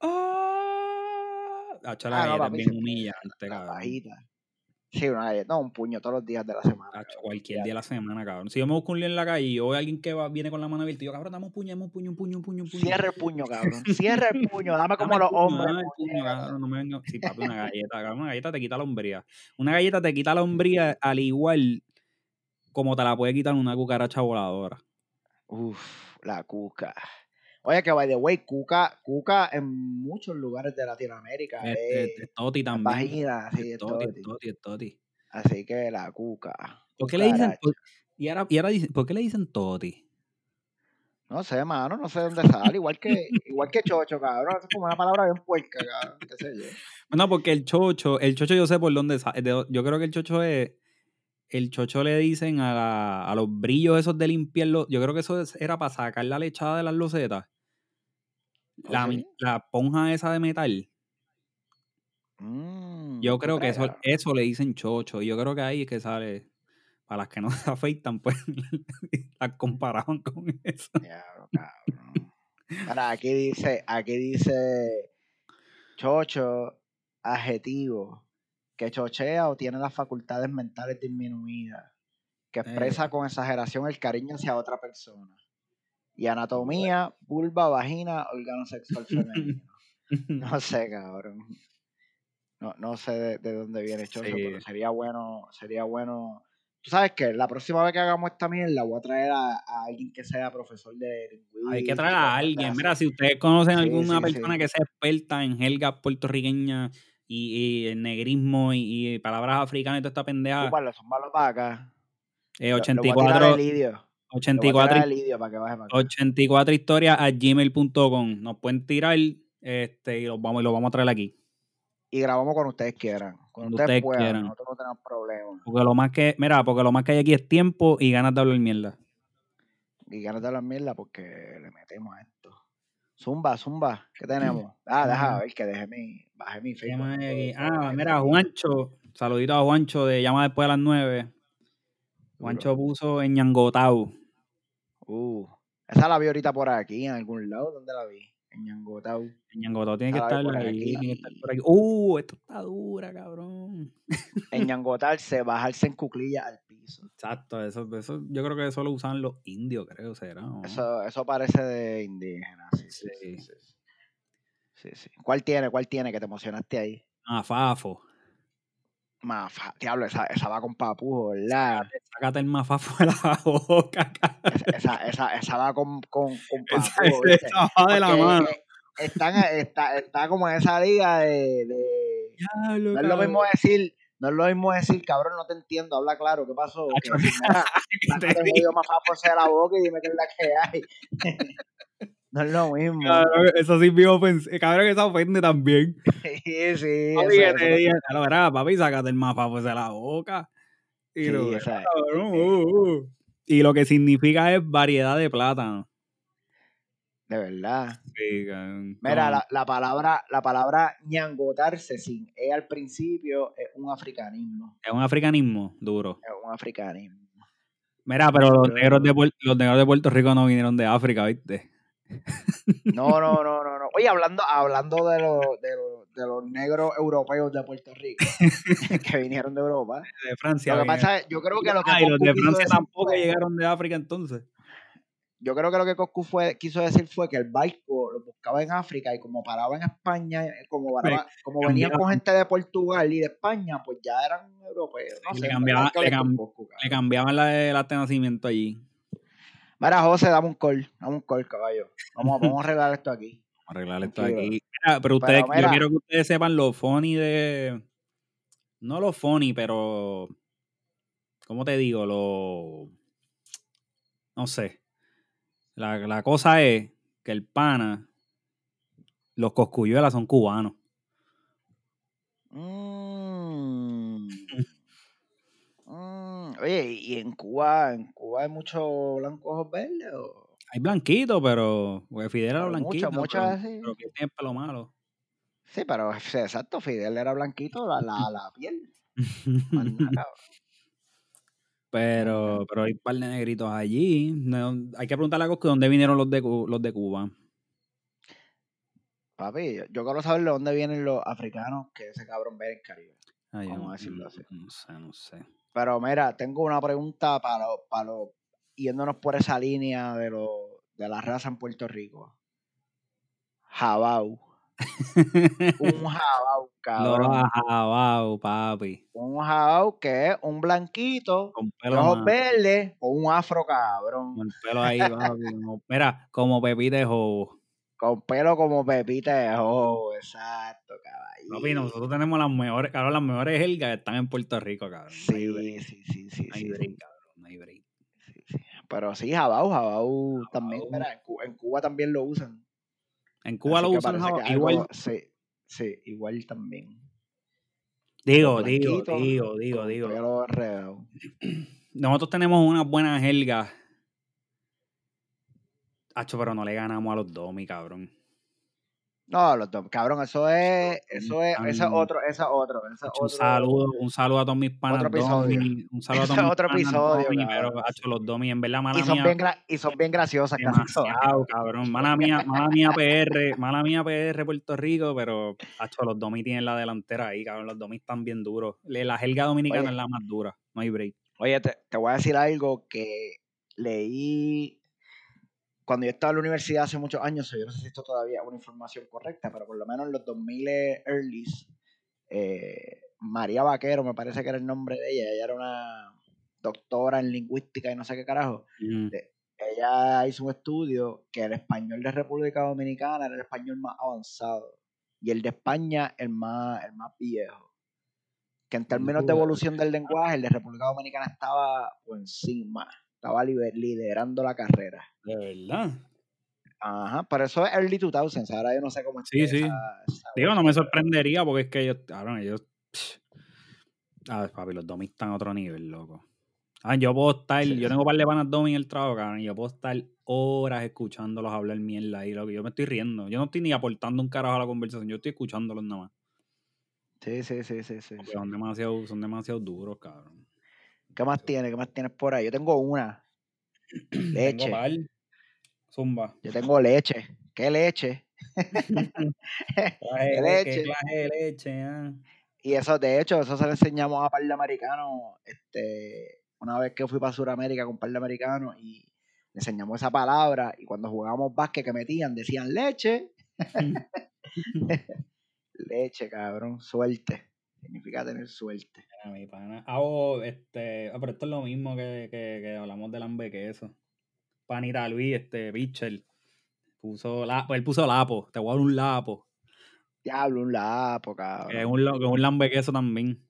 "Ah, ah". Hacho, la Ah, no, galleta es papi, bien se- humillante, La cabrón. bajita. Sí, una galleta. No, un puño todos los días de la semana. Tacho, cabrón. cualquier Ya. día de la semana, cabrón. Si yo me busco un lío en la calle y yo veo a alguien que va, viene con la mano abierta, y yo, cabrón, dame un puño, dame un puño, un puño, un puño, un puño. Cierra el puño, cabrón. Cierra el puño. Dame Dame como el los puño, hombres. dame el puño, cabrón, no me venga. Sí, papi, una galleta, cabrón, una galleta te quita la hombría. Una galleta te quita la hombría al igual como te la puede quitar una cucaracha voladora. Uf, la cuca. Oye, que by the way, cuca, cuca en muchos lugares de Latinoamérica. Este, eh, este, Toti es también. vagina, así Es es Toti, todo. es Toti, es Toti. Así que la cuca. ¿Por qué le dicen? cucaracha. por- y ahora, y ahora dicen, ¿por qué le dicen Toti? No sé, mano, no sé dónde sale. Igual que, igual que chocho, cabrón. Eso es como una palabra bien puerca, cabrón. Qué sé yo. No, porque el chocho, el chocho yo sé por dónde sa- de dó- Yo creo que el chocho es. El chocho le dicen a, la- a los brillos esos de limpiar los. Yo creo que eso es- era para sacar la lechada de las losetas. ¿Oh, La, mi- sí? la ponja esa de metal. Mm, Yo ¿tú creo que crees, eso, cabrón? eso le dicen chocho. Y yo creo que ahí es que sale. Para las que no se afeitan, pues las comparaban con eso. Diablo, cabrón. Ahora, aquí dice, aquí dice chocho, adjetivo, que chochea o tiene las facultades mentales disminuidas, que expresa eh. con exageración el cariño hacia otra persona. Y anatomía, vulva, vagina, órgano sexual femenino. no sé, cabrón. No, no sé de, de, dónde viene Chocho, sí. pero sería bueno, sería bueno. Tú sabes que la próxima vez que hagamos esta mierda voy a traer a, a alguien que sea profesor de lingüística. Hay que traer a alguien. Mira, si ustedes conocen pues, sí, alguna sí, persona que sea experta en jerga puertorriqueña y, y, el negrismo y, y, palabras africanas y toda esta pendeja. Súbalo, son malos para acá. Eh, 84. 84, Lidio, para que baje para 84 historias a gmail.com. Nos pueden tirar este, y los vamos, los vamos a traer aquí. Y grabamos cuando ustedes quieran. Cuando, cuando ustedes, puedan. Quieran. Nosotros no tenemos problemas. Porque lo más que, mira, porque lo más que hay aquí es tiempo y ganas de hablar mierda. Y ganas de hablar mierda porque le metemos a esto. Zumba, zumba, ¿qué tenemos? Ah, deja a ver que dejé mi, bajé mi Facebook. Ah, mira, Juancho, saludito a Juancho de llama después de las 9. Juancho puso en Ñangotau. Uh, esa la vi ahorita por aquí, en algún lado, ¿dónde la vi? En Ñangotau. En Ñangotau tiene que estar por ahí, aquí. Tiene que estar por aquí. Uh, esto está dura, cabrón. En Ñangotau se bajarse en cuclillas al piso. Exacto, eso, eso, yo creo que eso lo usan los indios, creo, será. ¿no? Eso, eso parece de indígena, sí sí sí, sí sí sí, ¿Cuál tiene, cuál tiene que te emocionaste ahí? Ah, Fafo. Mafa, diablo, esa, esa va con papujo, ¿verdad? Sácate, sácate el mafafu de la boca, esa, esa, esa, va con, con, con papujo. Esa, esa va de la mano. Están, está, está, como en esa liga de. de diablo, no es lo mismo decir. No es lo mismo decir, cabrón, no te entiendo, habla claro, ¿qué pasó? Que, te jodido mafafu de la boca y dime qué es la que hay. No es lo mismo. Cabrón, eso sí me ofende. Cabrón, esa ofende también. sí, sí. Papi, eso, te diga, claro, papi, sácate el mapa pues de la boca. Y, sí, lo, verá, cabrón, uh, uh. y lo que significa es variedad de plátano. De verdad. Sí, cabrón. Mira, la, la, palabra, la palabra ñangotarse sin E al principio es un africanismo. Es un africanismo duro. Es un africanismo. Mira, pero los negros de, los negros de Puerto Rico no vinieron de África, ¿viste? No, no, no, no, no. Oye, hablando, hablando de, los, de, los, de los negros europeos de Puerto Rico, que vinieron de Europa. De Francia. Lo que pasa es, yo creo que lo que... Ah, y los de Francia tampoco fue, llegaron de África entonces. Yo creo que lo que Coscu fue, quiso decir fue que el barco lo buscaba en África y como paraba en España, eh, como, paraba, como venían con gente de Portugal y de España, pues ya eran europeos. No le, sé, cambiaba, le, camb Coscu, le, cambiaban la de, de nacimiento allí. Mira, José, dame un call, dame un call, caballo. Vamos, vamos a arreglar esto aquí. Vamos a arreglar esto Tranquilo. aquí. Mira, pero ustedes, pero mira, yo quiero que ustedes sepan lo funny de. No lo funny, pero. ¿Cómo te digo? Lo. No sé. La, la cosa es que el pana. Los coscuyuelas son cubanos. Mmm. Mm. Oye, ¿y en Cuba, en Cuba hay muchos blancos ojos verdes? O? Hay blanquitos, pero porque Fidel era pero blanquito. Mucho, pero, sí. pero, que tiene pelo malo. Sí, pero exacto, Fidel era blanquito, la, la, la piel. Manda, pero, pero hay un par de negritos allí. No, hay que preguntarle a Cosco dónde vinieron los de, los de Cuba. Papi, yo quiero saber de dónde vienen los africanos que ese cabrón ve en Caribe. Ay, Vamos a decirlo así. No, no sé, no sé. Pero mira, tengo una pregunta para los, para lo, yéndonos por esa línea de, lo, de la raza en Puerto Rico. Jabau. un jabau, cabrón. No, jabau, papi. Un jabau que es un blanquito, con pelo ojos verdes, con un afro, cabrón. Con pelo ahí, papi. como, mira, como Pepita de Jobo. Con pelo como Pepita de Jobo, exacto, cabrón. Papi, nosotros tenemos las mejores, cabrón, las mejores helgas que están en Puerto Rico, cabrón. Sí, no hay sí, sí, sí. No hay sí, break, sí. cabrón, no hay break. Sí, sí. Pero sí, jabau, jabau, jabau. también, mira, en, Cuba, en, Cuba, también lo usan. En Cuba Así lo usan jabau, igual. Algo, sí, sí, igual también. Digo, digo, digo, digo, digo. Pero Nosotros tenemos unas buenas helgas. Hacho, pero no le ganamos a los domi, cabrón. No, los dos, cabrón, eso es, eso es, eso es otro, eso es otro, eso es Un otro. saludo, un saludo a todos mis panas. Otro episodio. Domi, un saludo a Ese todos mis otro panas, episodio, Domi, cabrón. pero, hacho, los Domi, en verdad, mala Y son mía. bien, ¿eh? gra- y son bien graciosas casi todas. Demasiado, cabrón. Mala mía, mala mía PR, mala mía PR Puerto Rico, pero hacho, los domi tienen la delantera ahí, cabrón. Los domi están bien duros. Le- La jerga dominicana Oye. es la más dura. No hay break. Oye, te, te voy a decir algo que leí cuando yo estaba en la universidad hace muchos años. Yo no sé si esto todavía es una información correcta, pero por lo menos en los 2000 earlys, eh, María Vaquero, me parece que era el nombre de ella, ella era una doctora en lingüística y no sé qué carajo. Mm. Ella hizo un estudio que el español de República Dominicana era el español más avanzado y el de España el más, el más viejo. Que en términos de Duro. evolución del lenguaje, el de República Dominicana estaba por encima, estaba liber- liderando la carrera. De verdad. Ajá, pero eso es early 2000, ahora yo no sé cómo es. Sí, que sí. esa- esa- Digo, no me sorprendería porque es que ellos, cabrón, ellos. pff. A ver, papi, los domi están a otro nivel, loco. Ah, yo puedo estar, Sí, yo sí. tengo un par de panas domi en el trabajo, cabrón, y yo puedo estar horas escuchándolos hablar mierda ahí, loco. Yo me estoy riendo. Yo no estoy ni aportando un carajo a la conversación, yo estoy escuchándolos nada más. Sí, sí, sí, sí, sí, Porque sí. Son demasiado, son demasiado duros, cabrón. ¿Qué más tienes? ¿Qué más tienes por ahí? Yo tengo una. Tengo Leche. par. Zumba. Yo tengo leche. ¿Qué leche? Traje Qué le- leche. qué clase de leche, ah. Y eso, de hecho, eso se lo enseñamos a par de americanos. Este, una vez que fui para Sudamérica con un par de americanos y le enseñamos esa palabra. Y cuando jugábamos básquet que metían, decían leche. leche, cabrón. Suerte. Significa tener suerte. Era mi pana. Ah, oh, este, ah, pero esto es lo mismo que, que, que hablamos del hambre que eso. Panita Luis, este, Bichel. Puso la, pues, él puso lapo, te voy a dar un lapo. Diablo, un lapo, Que es cabrón. un, lo- que es un lambequeso también.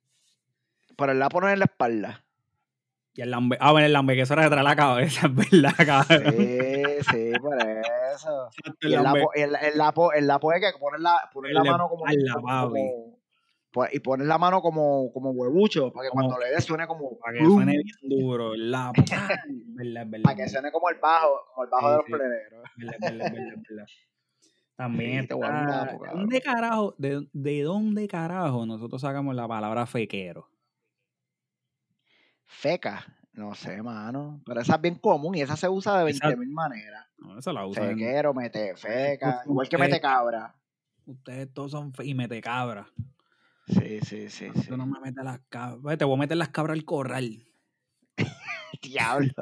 Pero el lapo no es en la espalda. Y el lambe, ah, bueno, el lambequeso era detrás de la cabeza, es verdad, cabrón. Sí, sí, por eso. Exacto, Y el lambe- lapo, y el, el lapo, el lapo es que pones la, pones En la la mano como, espalda, como- papi. como- po- y pones la mano como, como huevucho, para que Como- cuando le des suene como Para que ¡brum! suene bien duro, el lapo. Ah, es verdad, es verdad, para es que verdad. suene como el bajo, como el bajo Sí, de los sí. pleneros. Verdad, verdad, verdad, verdad. También Sí, te voy a dar un está- lapo, ¿de cabrón. ¿Dónde carajo, de, de dónde carajo nosotros sacamos la palabra fequero? Feca, no sé, mano. Pero esa es bien común y esa se usa de Esa- 20.000 maneras. No, esa la usan. Fequero, mete feca, Ujú, igual que sí. mete cabra. Ustedes todos son fe- y mete cabra. Sí, sí, sí, sí. Tú no me metes las cabras. Ve, Te voy a meter las cabras al corral. Diablo.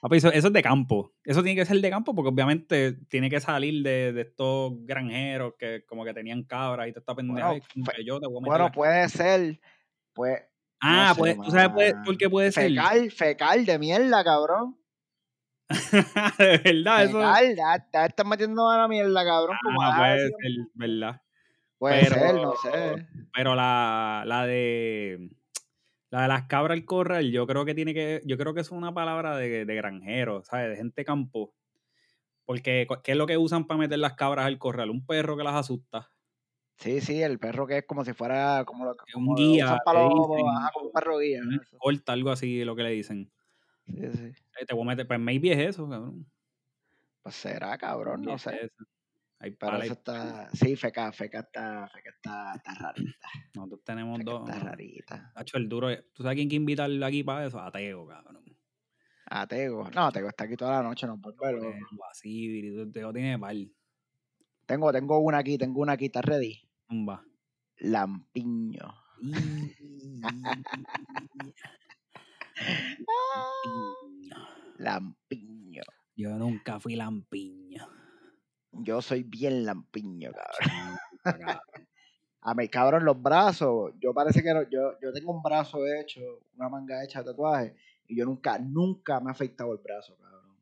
Papi, eso, eso es de campo. Eso tiene que ser de campo porque obviamente tiene que salir de, de estos granjeros que como que tenían cabras y te está pendeja. Bueno, y como fe- que yo te voy a meter Bueno, las- puede ser, pues, Ah, no sé, puede- tú sabes puede- man. por qué puede ser. fecal, fecal de mierda, cabrón. de verdad, Ah, eso. Legal, ya, ya estás metiendo a la mierda, cabrón. como, Ah, ah, puede sí, ser, verdad. puede pero- ser, no sé. Pero la, la de la de las cabras al corral, yo creo que tiene que, yo creo que es una palabra de, de granjero, ¿sabes? De gente campo. Porque, cu- ¿qué es lo que usan para meter las cabras al corral? Un perro que las asusta. Sí, sí, el perro que es como si fuera como lo que Un guía, usan le para los- dicen. ajá, como un perro guía. ¿no? Eso. Corta, algo así, lo que le dicen. Sí, sí. Eh, te voy a meter, pues maybe es eso, cabrón. Pues será, cabrón, Maybe no es sé. eso. Hay Pero pala y eso pala. está. Sí, feca, feca está, feca está, está rarita. Nosotros tenemos Feca dos. está rarita. Hacho, el duro. es- ¿Tú sabes quién hay que invitar aquí para eso? Ateo, cabrón. Atego. Ah, No, Atego está aquí toda la noche, no pues, vuelve loco. Eh, Así, Ateo tiene pal. Tengo, tengo una aquí, tengo una aquí, está ready. Zumba. Lampiño. Lampiño. Yo nunca fui lampiño. Yo soy bien lampiño, cabrón. Acá. A mí, cabrón, los brazos. Yo parece que no- yo, yo tengo un brazo hecho, una manga hecha de tatuaje, y yo nunca, nunca me he afeitado el brazo, cabrón.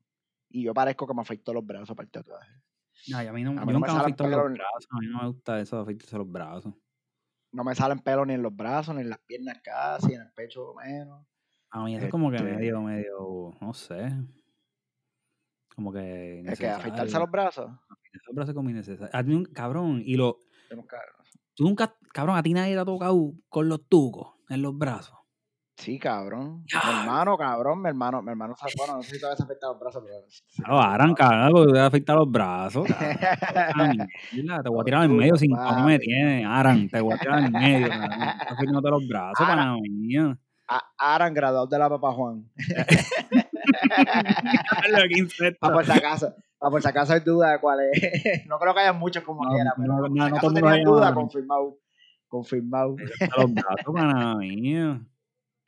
Y yo parezco que me afeitó los brazos para el tatuaje. No, y a mí no, A mí yo no me nunca me salen afectado pelos los en- brazos. A mí no me gusta eso de afeitarse los brazos. No me salen pelos ni en los brazos, ni en las piernas casi, en el pecho menos. A mí eso es como que Este- medio, medio, no sé. Como que Es que innecesario. afeitarse los brazos. Los brazos como innecesario. A ti nun- cabrón, y lo, yo nunca- tú nunca, cabrón, a ti nadie te ha tocado con los tucos en los brazos. Sí, cabrón. Mi hermano, cabrón, mi hermano, mi hermano bueno, no sé si todavía se afecta los brazos, pero. sí, Claro, Aran, cabrón, porque te afecta los brazos. cabrón. Mira, te voy a tirar en medio sin cómo me tienes, Aran. Te voy a tirar en medio. cabrón. Estás afectándote los brazos, Aran. pana mía. A- Aran, graduado de la Papa Juan. Lo que insecto. Pa' Ah, por si acaso. pa' por si acaso hay duda de cuál es. No creo que haya muchos como No, quiera, pero. no, por no, si no acaso todo el mundo tenían haya- duda, confirmado. Confirmado. Afecta los brazos, pana mía.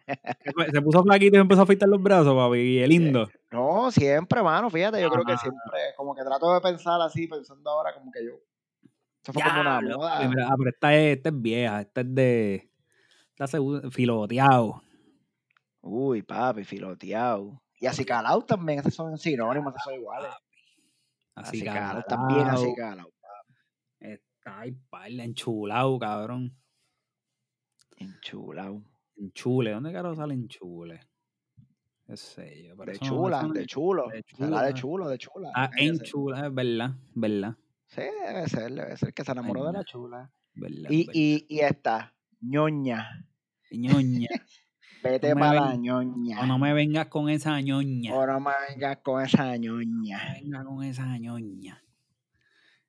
Se fue- Se puso flaquito y empezó a afectar los brazos, papi. Y el lindo. No, siempre, mano, fíjate, yo creo que Ah. siempre, como que trato de pensar así, pensando ahora como que yo. Eso fue como una Diablo, moda. papi, mira, ah, pero esta es, esta es vieja, esta es de. Está segu- filoteado. Uy, papi, filoteado. Y así calado también, esos son sinónimos, esos son iguales. Así, calado, calado, también así calado. Está ahí, parla, enchulado, cabrón. Enchulado. Enchule, ¿dónde caro sale enchule? Qué sé yo. De pero eso no- chula, eso no- de chulo. de Será de chula. chulo, de chula. Ah, Tiene que ser. enchula, es verdad, verdad, Sí, debe ser, debe ser que se enamoró de la no. chula. verdad. Y, verdad. y, y esta, ñoña. ñoña. Vete No me para ven- la ñoña. O no me vengas con esa ñoña. O no me vengas con esa No me ñoña. vengas con esa ñoña.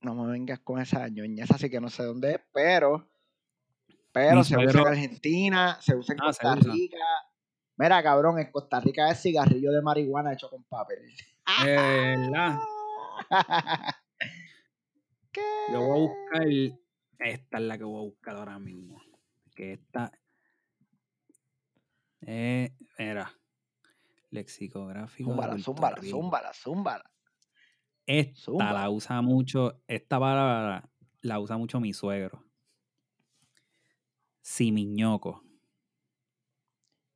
No me vengas con esa ñoña. Esa sí que no sé dónde es, pero. Pero Mi se usa en suegro- Argentina, se usa en Ah, se Costa usa. Rica. Mira, cabrón, en Costa Rica es cigarrillo de marihuana hecho con papel. Eh, ¿Verdad? ¿Qué? Yo voy a buscar. Esta es la que voy a buscar ahora mismo. Que esta. Eh, era. Lexicográfico. de Zúmbala, Puerto zúmbala, Rico. zúmbala, zúmbala. Esta zúmbala. la usa mucho. Esta palabra la usa mucho mi suegro. Simiñoco.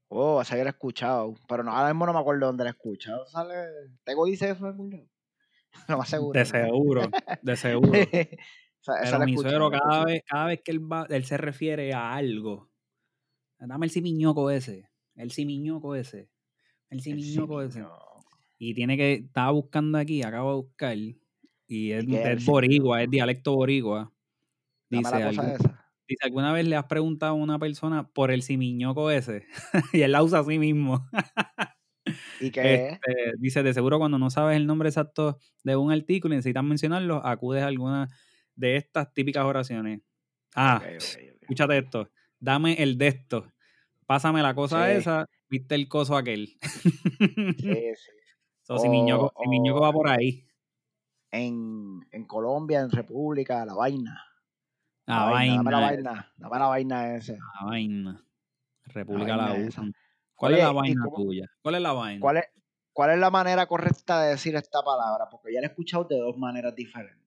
Oh, esa yo la he escuchado. Pero no, ahora mismo no me acuerdo dónde la he escuchado. Sale... ¿Tego dice eso en algún lado? Lo más seguro. De seguro. De seguro. Esa- esa Pero la he mi escuchado, suegro la he cada escuchado. vez, cada vez que él va, él se refiere a algo. Dame el simiñoco ese. El simiñoco ese. El El simiñoco ese. simiñoco. Y tiene que, estaba buscando aquí, acabo de buscar. Y es, qué es el es boricua, es dialecto boricua. Dame Dice, la cosa algún- esa. dice, ¿alguna vez le has preguntado a una persona por el simiñoco ese? y él la usa a sí mismo. ¿Y qué es? Este, dice, de seguro cuando no sabes el nombre exacto de un artículo y necesitas mencionarlo, acudes a alguna de estas típicas oraciones. Ah, Ok, ok, ok. escúchate esto. Dame el de esto. Pásame la cosa Sí. esa. Viste el coso aquel. Sí, sí. So, simiñoco, O- simiñoco o- va por ahí. En, en Colombia, en República, la vaina. La Dame la vaina, vaina. Dame la vaina esa. la vaina. República La la, vaina esa. usan. ¿Cuál Oye, es la ¿y vaina cómo- tuya? ¿Cuál es la vaina? ¿Cuál es, ¿Cuál es la manera correcta de decir esta palabra? Porque ya la he escuchado de dos maneras diferentes.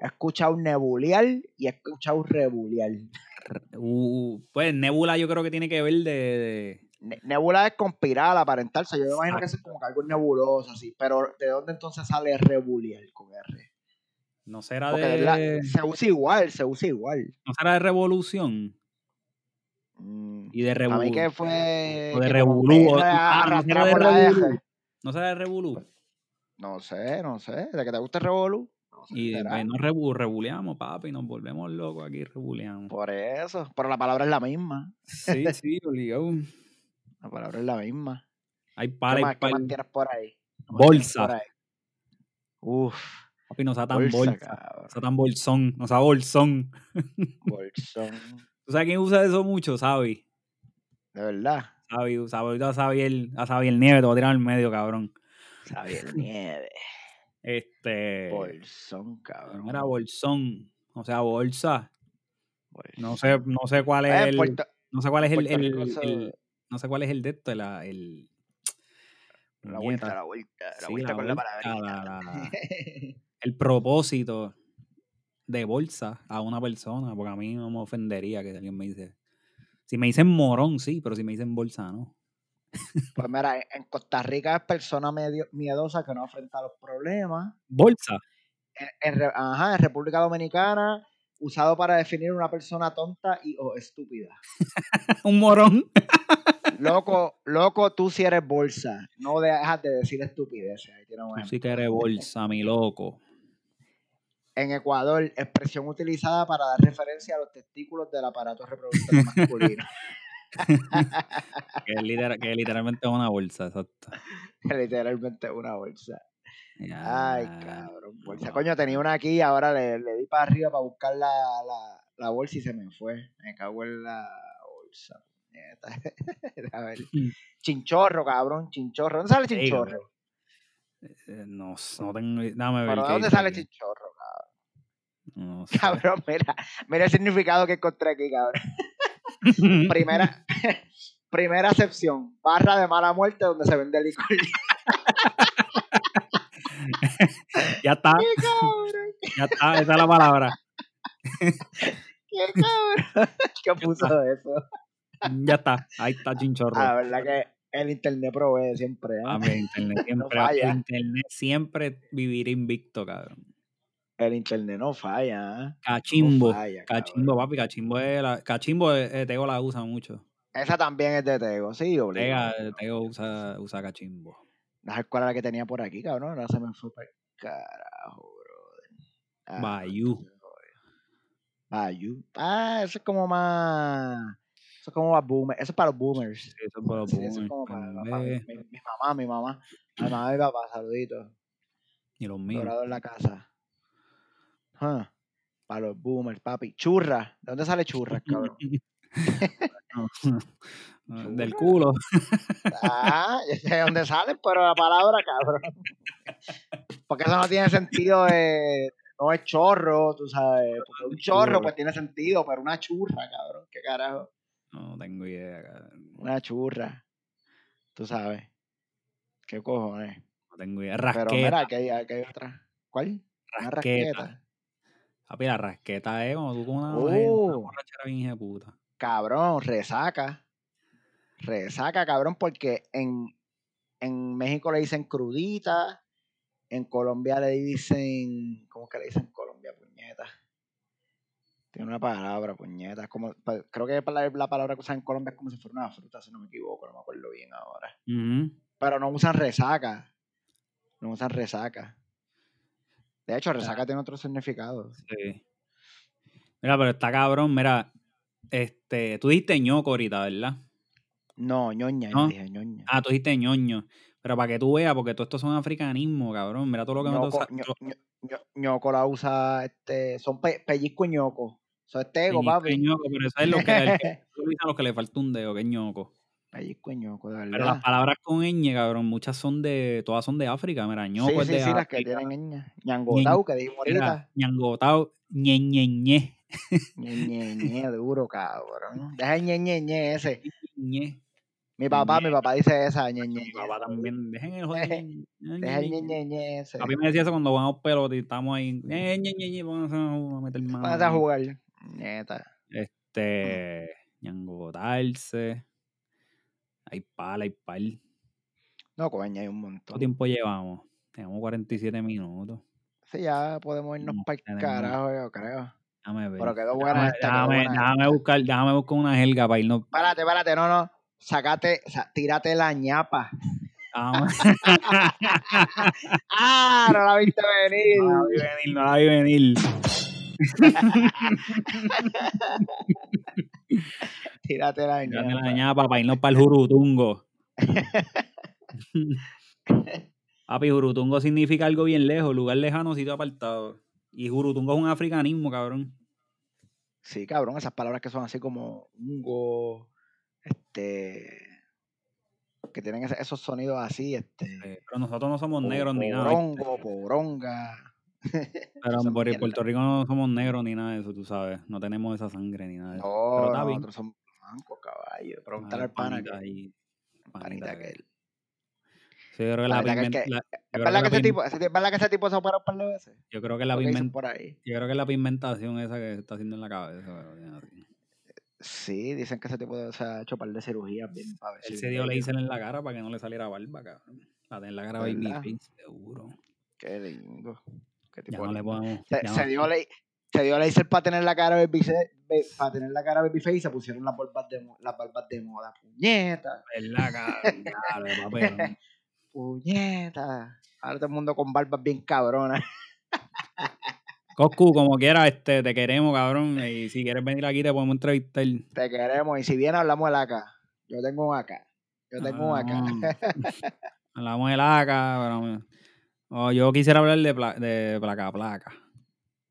He escuchado nebuliar y he escuchado rebuliar. Uh, pues Nebula yo creo que tiene que ver de... de- Ne- nebula es conspirar, aparentarse. Yo me imagino que eso es como que algo nebuloso, así. Pero ¿de dónde entonces sale rebuliar con R? no será Porque de... la- se usa igual, se usa igual. No será de revolución. Mm, Y de A revolú. mí que fue. O de que como revolú, que o- le ah, no será arrastramos la de R. revolú. No será de revolú. Pues, No sé, no sé. ¿De que te gusta el revolú? No sé, Y será. pues, nos rebu- rebuleamos, papi, nos volvemos locos aquí, rebuleamos. Por eso. Pero la palabra es la misma. Sí, sí, obligado. La palabra es la misma. Hay ¿Qué, para, más, hay qué más para. tienes por ahí? ¿Qué más tienes Bolsa. por ahí? Uf, Papi, nos atan bolsa, bolsa. cabrón. Nos atan bolsón, nos atan bolsón. Bolsón. ¿Tú sabes quién usa eso mucho? Sabi. De verdad. Sabi, usa- ahorita a Sabi el, a Sabi el nieve, te voy a tirar al medio, cabrón. Xavier Nieve. Este. Bolsón, no cabrón. era bolsón. O sea, bolsa. Bolsón. No sé, no sé cuál es Eh, el. Puerto- No sé cuál es el, Puerto el- Rico se- el- No sé cuál es el de esto, la, el. La vuelta, Puñeta. la vuelta, la Sí, vuelta la con la vuelta, palabrita. la- la- el propósito de bolsa a una persona, porque a mí no me ofendería que alguien me dice. Si me dicen morón, sí, pero si me dicen bolsa, no. pues mira, en- en Costa Rica es persona medio, miedosa que no afronta los problemas. Bolsa. En, en Re- ajá, en República Dominicana, usado para definir una persona tonta y o estúpida. Un morón. Loco, loco, tú si eres bolsa. No dejas de decir estupideces. Ahí tienes un Tú ejemplo. sí que eres bolsa, mi loco. En Ecuador, expresión utilizada para dar referencia a los testículos del aparato reproductor masculino. que, es literal- que literalmente es una bolsa, exacto. Literalmente una bolsa. Ya. Ay, cabrón, bolsa. Ah, no. Coño, tenía una aquí y ahora le, le di para arriba para buscar la, la, la bolsa y se me fue. Me cago en la bolsa. puñeta. A ver. Chinchorro, cabrón, chinchorro. ¿Dónde sale Digo, chinchorro? Eh, No, s- no tengo idea. Dame ver. ¿Pero qué dónde dice sale aquí. chinchorro? cabrón? No sé. Cabrón, mira, mira el significado que encontré aquí, cabrón. Primera, primera acepción, barra de mala muerte donde se vende licor. ya está, ¡Qué cabrón! ya está. Esa es la palabra. ¡Qué cabrón! ¿Qué puso eso? Ya está. Ahí está Chinchorro. Ah, la verdad que el internet provee siempre. ¿eh? Hombre, internet siempre, falla. internet siempre vivirá invicto, cabrón. El internet no falla. ¿eh? Cachimbo. No falla, cabrón. Cachimbo, papi, cachimbo es la, cachimbo eh, Tego la usa mucho. Esa también es de Tego, sí, obligado. Tega, Tego usa, usa cachimbo. No sé cuál era la que tenía por aquí, cabrón. No se me fue para el carajo, brother. Ah, Bayou. Bayou. Ah, eso es como más. Eso es como más boomer. Eso es para los boomers. Sí, Eso es para los Sí, eso es boomers, eh. como para, para los para mi, bebés mi- mi mamá, mi mamá. Mi mamá y mi papá, saluditos. y los míos. Dorado en la casa. Ah, Para los boomers, papi. Churra. ¿De dónde sale churras, cabrón? No, Del culo. Ah, yo sé de dónde sale, pero la palabra, cabrón. Porque eso no tiene sentido de. No es chorro, tú sabes. Porque un chorro, pues tiene sentido, pero una churra, cabrón. ¿Qué carajo? No tengo idea, cabrón. Una churra. Tú sabes. ¿Qué cojones? No tengo idea. Pero Rasqueta. mira, aquí hay, aquí hay otra. ¿Cuál? Una rasqueta. rasqueta. Papi, la rasqueta es cuando tú con una, una Oh. borrachera bien hija de puta. Cabrón, resaca. Resaca, cabrón, porque en, en México le dicen crudita, en Colombia le dicen. ¿Cómo es que le dicen en Colombia, puñeta? Tiene una palabra, puñeta. es Como, pa- creo que la, la palabra que usan en Colombia es como si fuera una fruta, si no me equivoco, no me acuerdo bien ahora. Ujú. Pero no usan resaca. No usan resaca. De hecho, resaca tiene otro significado. Sí. Mira, pero está cabrón, mira. Este, tú dijiste ñoco ahorita, ¿verdad? No, ñoña, ¿No? yo dije ñoña. Ah, tú dijiste ñoño. Pero para que tú veas, porque todo esto son africanismo, cabrón. Mira todo lo que Ñoco, nosotros. ño- ño- ño- ñoco la usa, este, son pe- pellizco y ñoco. Eso es tego, papi. ñoco, pero eso es lo que, el que- eso lo dicen los que le falta un dedo, que es ñoco. pellizco y ñoco, de Pero verdad. las palabras con ñ, cabrón, muchas son de, todas son de África, mira, ñoco sí, es sí, de sí, las que África, tienen ña. Ñangotau, que dijimos mira, ahorita. ñangotao, ñe, ñe, ñe, Ñe, Ñe, ñe, duro, cabrón. Deja el ñe, ñe, ñe ese. ñe. Mi papá, Ñe. mi papá dice esa, ñe, ñe, Mi ñe. papá también, dejen el joder, ñe, ñe, Deja el ñe, ñe, ñe, ñe. ñe ese. A mí me decía eso cuando vamos pelota y estamos ahí, ñe, ñe, ñe, ñe, vamos a a meter mano Vas a ahí. jugar. Neta. Este, ñangotarse, hay pal, hay pal. No, coño, hay un ¿Cuánto montón. tiempo llevamos? Tenemos 47 minutos. Sí, ya podemos irnos No, Pues, para el tenemos- carajo, yo creo. Déjame ver. Pero quedó Déjame, buena esta. quedó déjame- buena déjame buscar, déjame buscar una jerga para irnos. Párate, párate, no, no. Sácate, sa- tírate la ñapa. Déjame- ¡Ah! No la viste venir. no la vi venir, no la vi venir. Tírate la Dame ñapa. la ñapa para irnos para el Jurutungo. Papi, Jurutungo significa algo bien lejos, lugar lejano, sitio apartado. Y Jurutungo es un africanismo, cabrón. Sí, cabrón, esas palabras que son así como ungo, este. que tienen ese- esos sonidos así, este. Eh, Pero nosotros no somos po- negros ni nada. ¿viste? Porongo, poronga. Pero Esa en Puer- mierda. Puerto Rico no somos negros ni nada de eso, tú sabes. No tenemos esa sangre ni nada de eso. No, Pero está bien. nosotros somos blancos, caballo. Preguntar Ah, al pana panita que. ahí, Panita panita que- aquel. Sí, yo creo que la Panita aquel pigmen- que- la- ¿Es yo creo verdad que que la ese pigmen- tipo, ese, es verdad que ese tipo se ha operado un par de veces? yo creo que la Lo que dicen pigmen- por ahí. yo creo que la pigmentación esa que se está haciendo en la cabeza. pero ya, sí. Sí, dicen que ese tipo de, se ha hecho par de cirugías bien para ver Él si se dio brega. laser en la cara para que no le saliera barba, cabrón. Para tener la cara baby ¿Verdad? face, seguro. Qué lindo. Qué Ya tipo no le lindo. podemos. Se, ya se no- dio la se dio laser para tener la cara baby para tener la cara babyface y se pusieron las barbas de mo- las barbas de moda. Puñeta, ¿Verdad, cabrón? Claro, papel. puñeta. Ahora todo el mundo con barbas bien cabronas. Coscu, como quiera, este, te queremos, cabrón. Y si quieres venir aquí, te podemos entrevistar. Te queremos. Y si bien hablamos el acá. Yo tengo un acá. Yo tengo ah, un acá. hablamos del acá, pero. Oh, yo quisiera hablar de, pla de placa placa.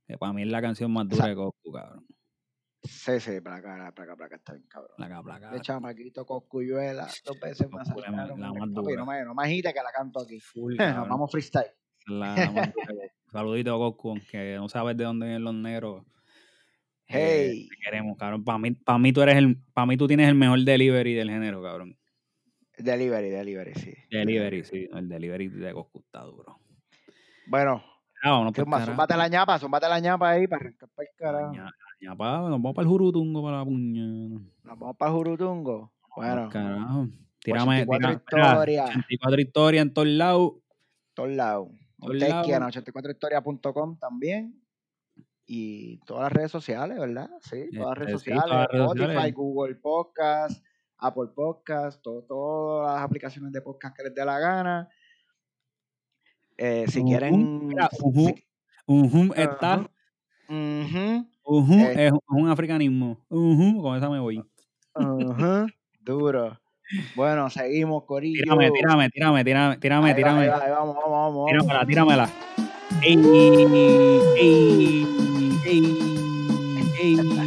Que para mí es la canción más dura o sea, de Coscu, cabrón. Sí, sí, placa, placa, placa está bien, cabrón. Placa, placa. De chamaquito Coscuyuela, dos veces más. La, la, la más dura. No me, no me agita que la canto aquí. Full, Nos vamos freestyle. La, la más dura. Saludito a Goku, aunque no sabes de dónde vienen los negros. Hey. Eh, te queremos, cabrón. Para mí, para mí tú eres el, para mí tú tienes el mejor delivery del género, cabrón. Delivery, delivery, sí. Delivery, sí. El delivery de Goku está duro. Ah, Bueno. No, no zumba, zumbate la ñapa, zumbate la ñapa ahí para arrancar para el carajo. La ñapa, nos vamos para el jurutungo, para la puña. Nos vamos para el jurutungo. Bueno. Carajo. Tírame, 84 historias. 84 historias en todos lados. Todos lados. Ustedes quieran, 84historia.com también. Y todas las redes sociales, ¿verdad? Sí, todas las redes Eh, sí, sociales. Las redes Spotify, sociales. Google Podcast, Apple Podcast, todo, todas las aplicaciones de podcast que les dé la gana. Eh, si uh -huh. quieren... Uh -huh. si, uh -huh. está... Eh, es un africanismo. con esa me voy. Duro. Bueno, seguimos, Corillo. Tírame, tírame, tírame, tírame, tírame, ahí tírame. Ahí va, ahí va, vamos, vamos, vamos. Tíramela, tíramela. Ey, ey, ey, ey.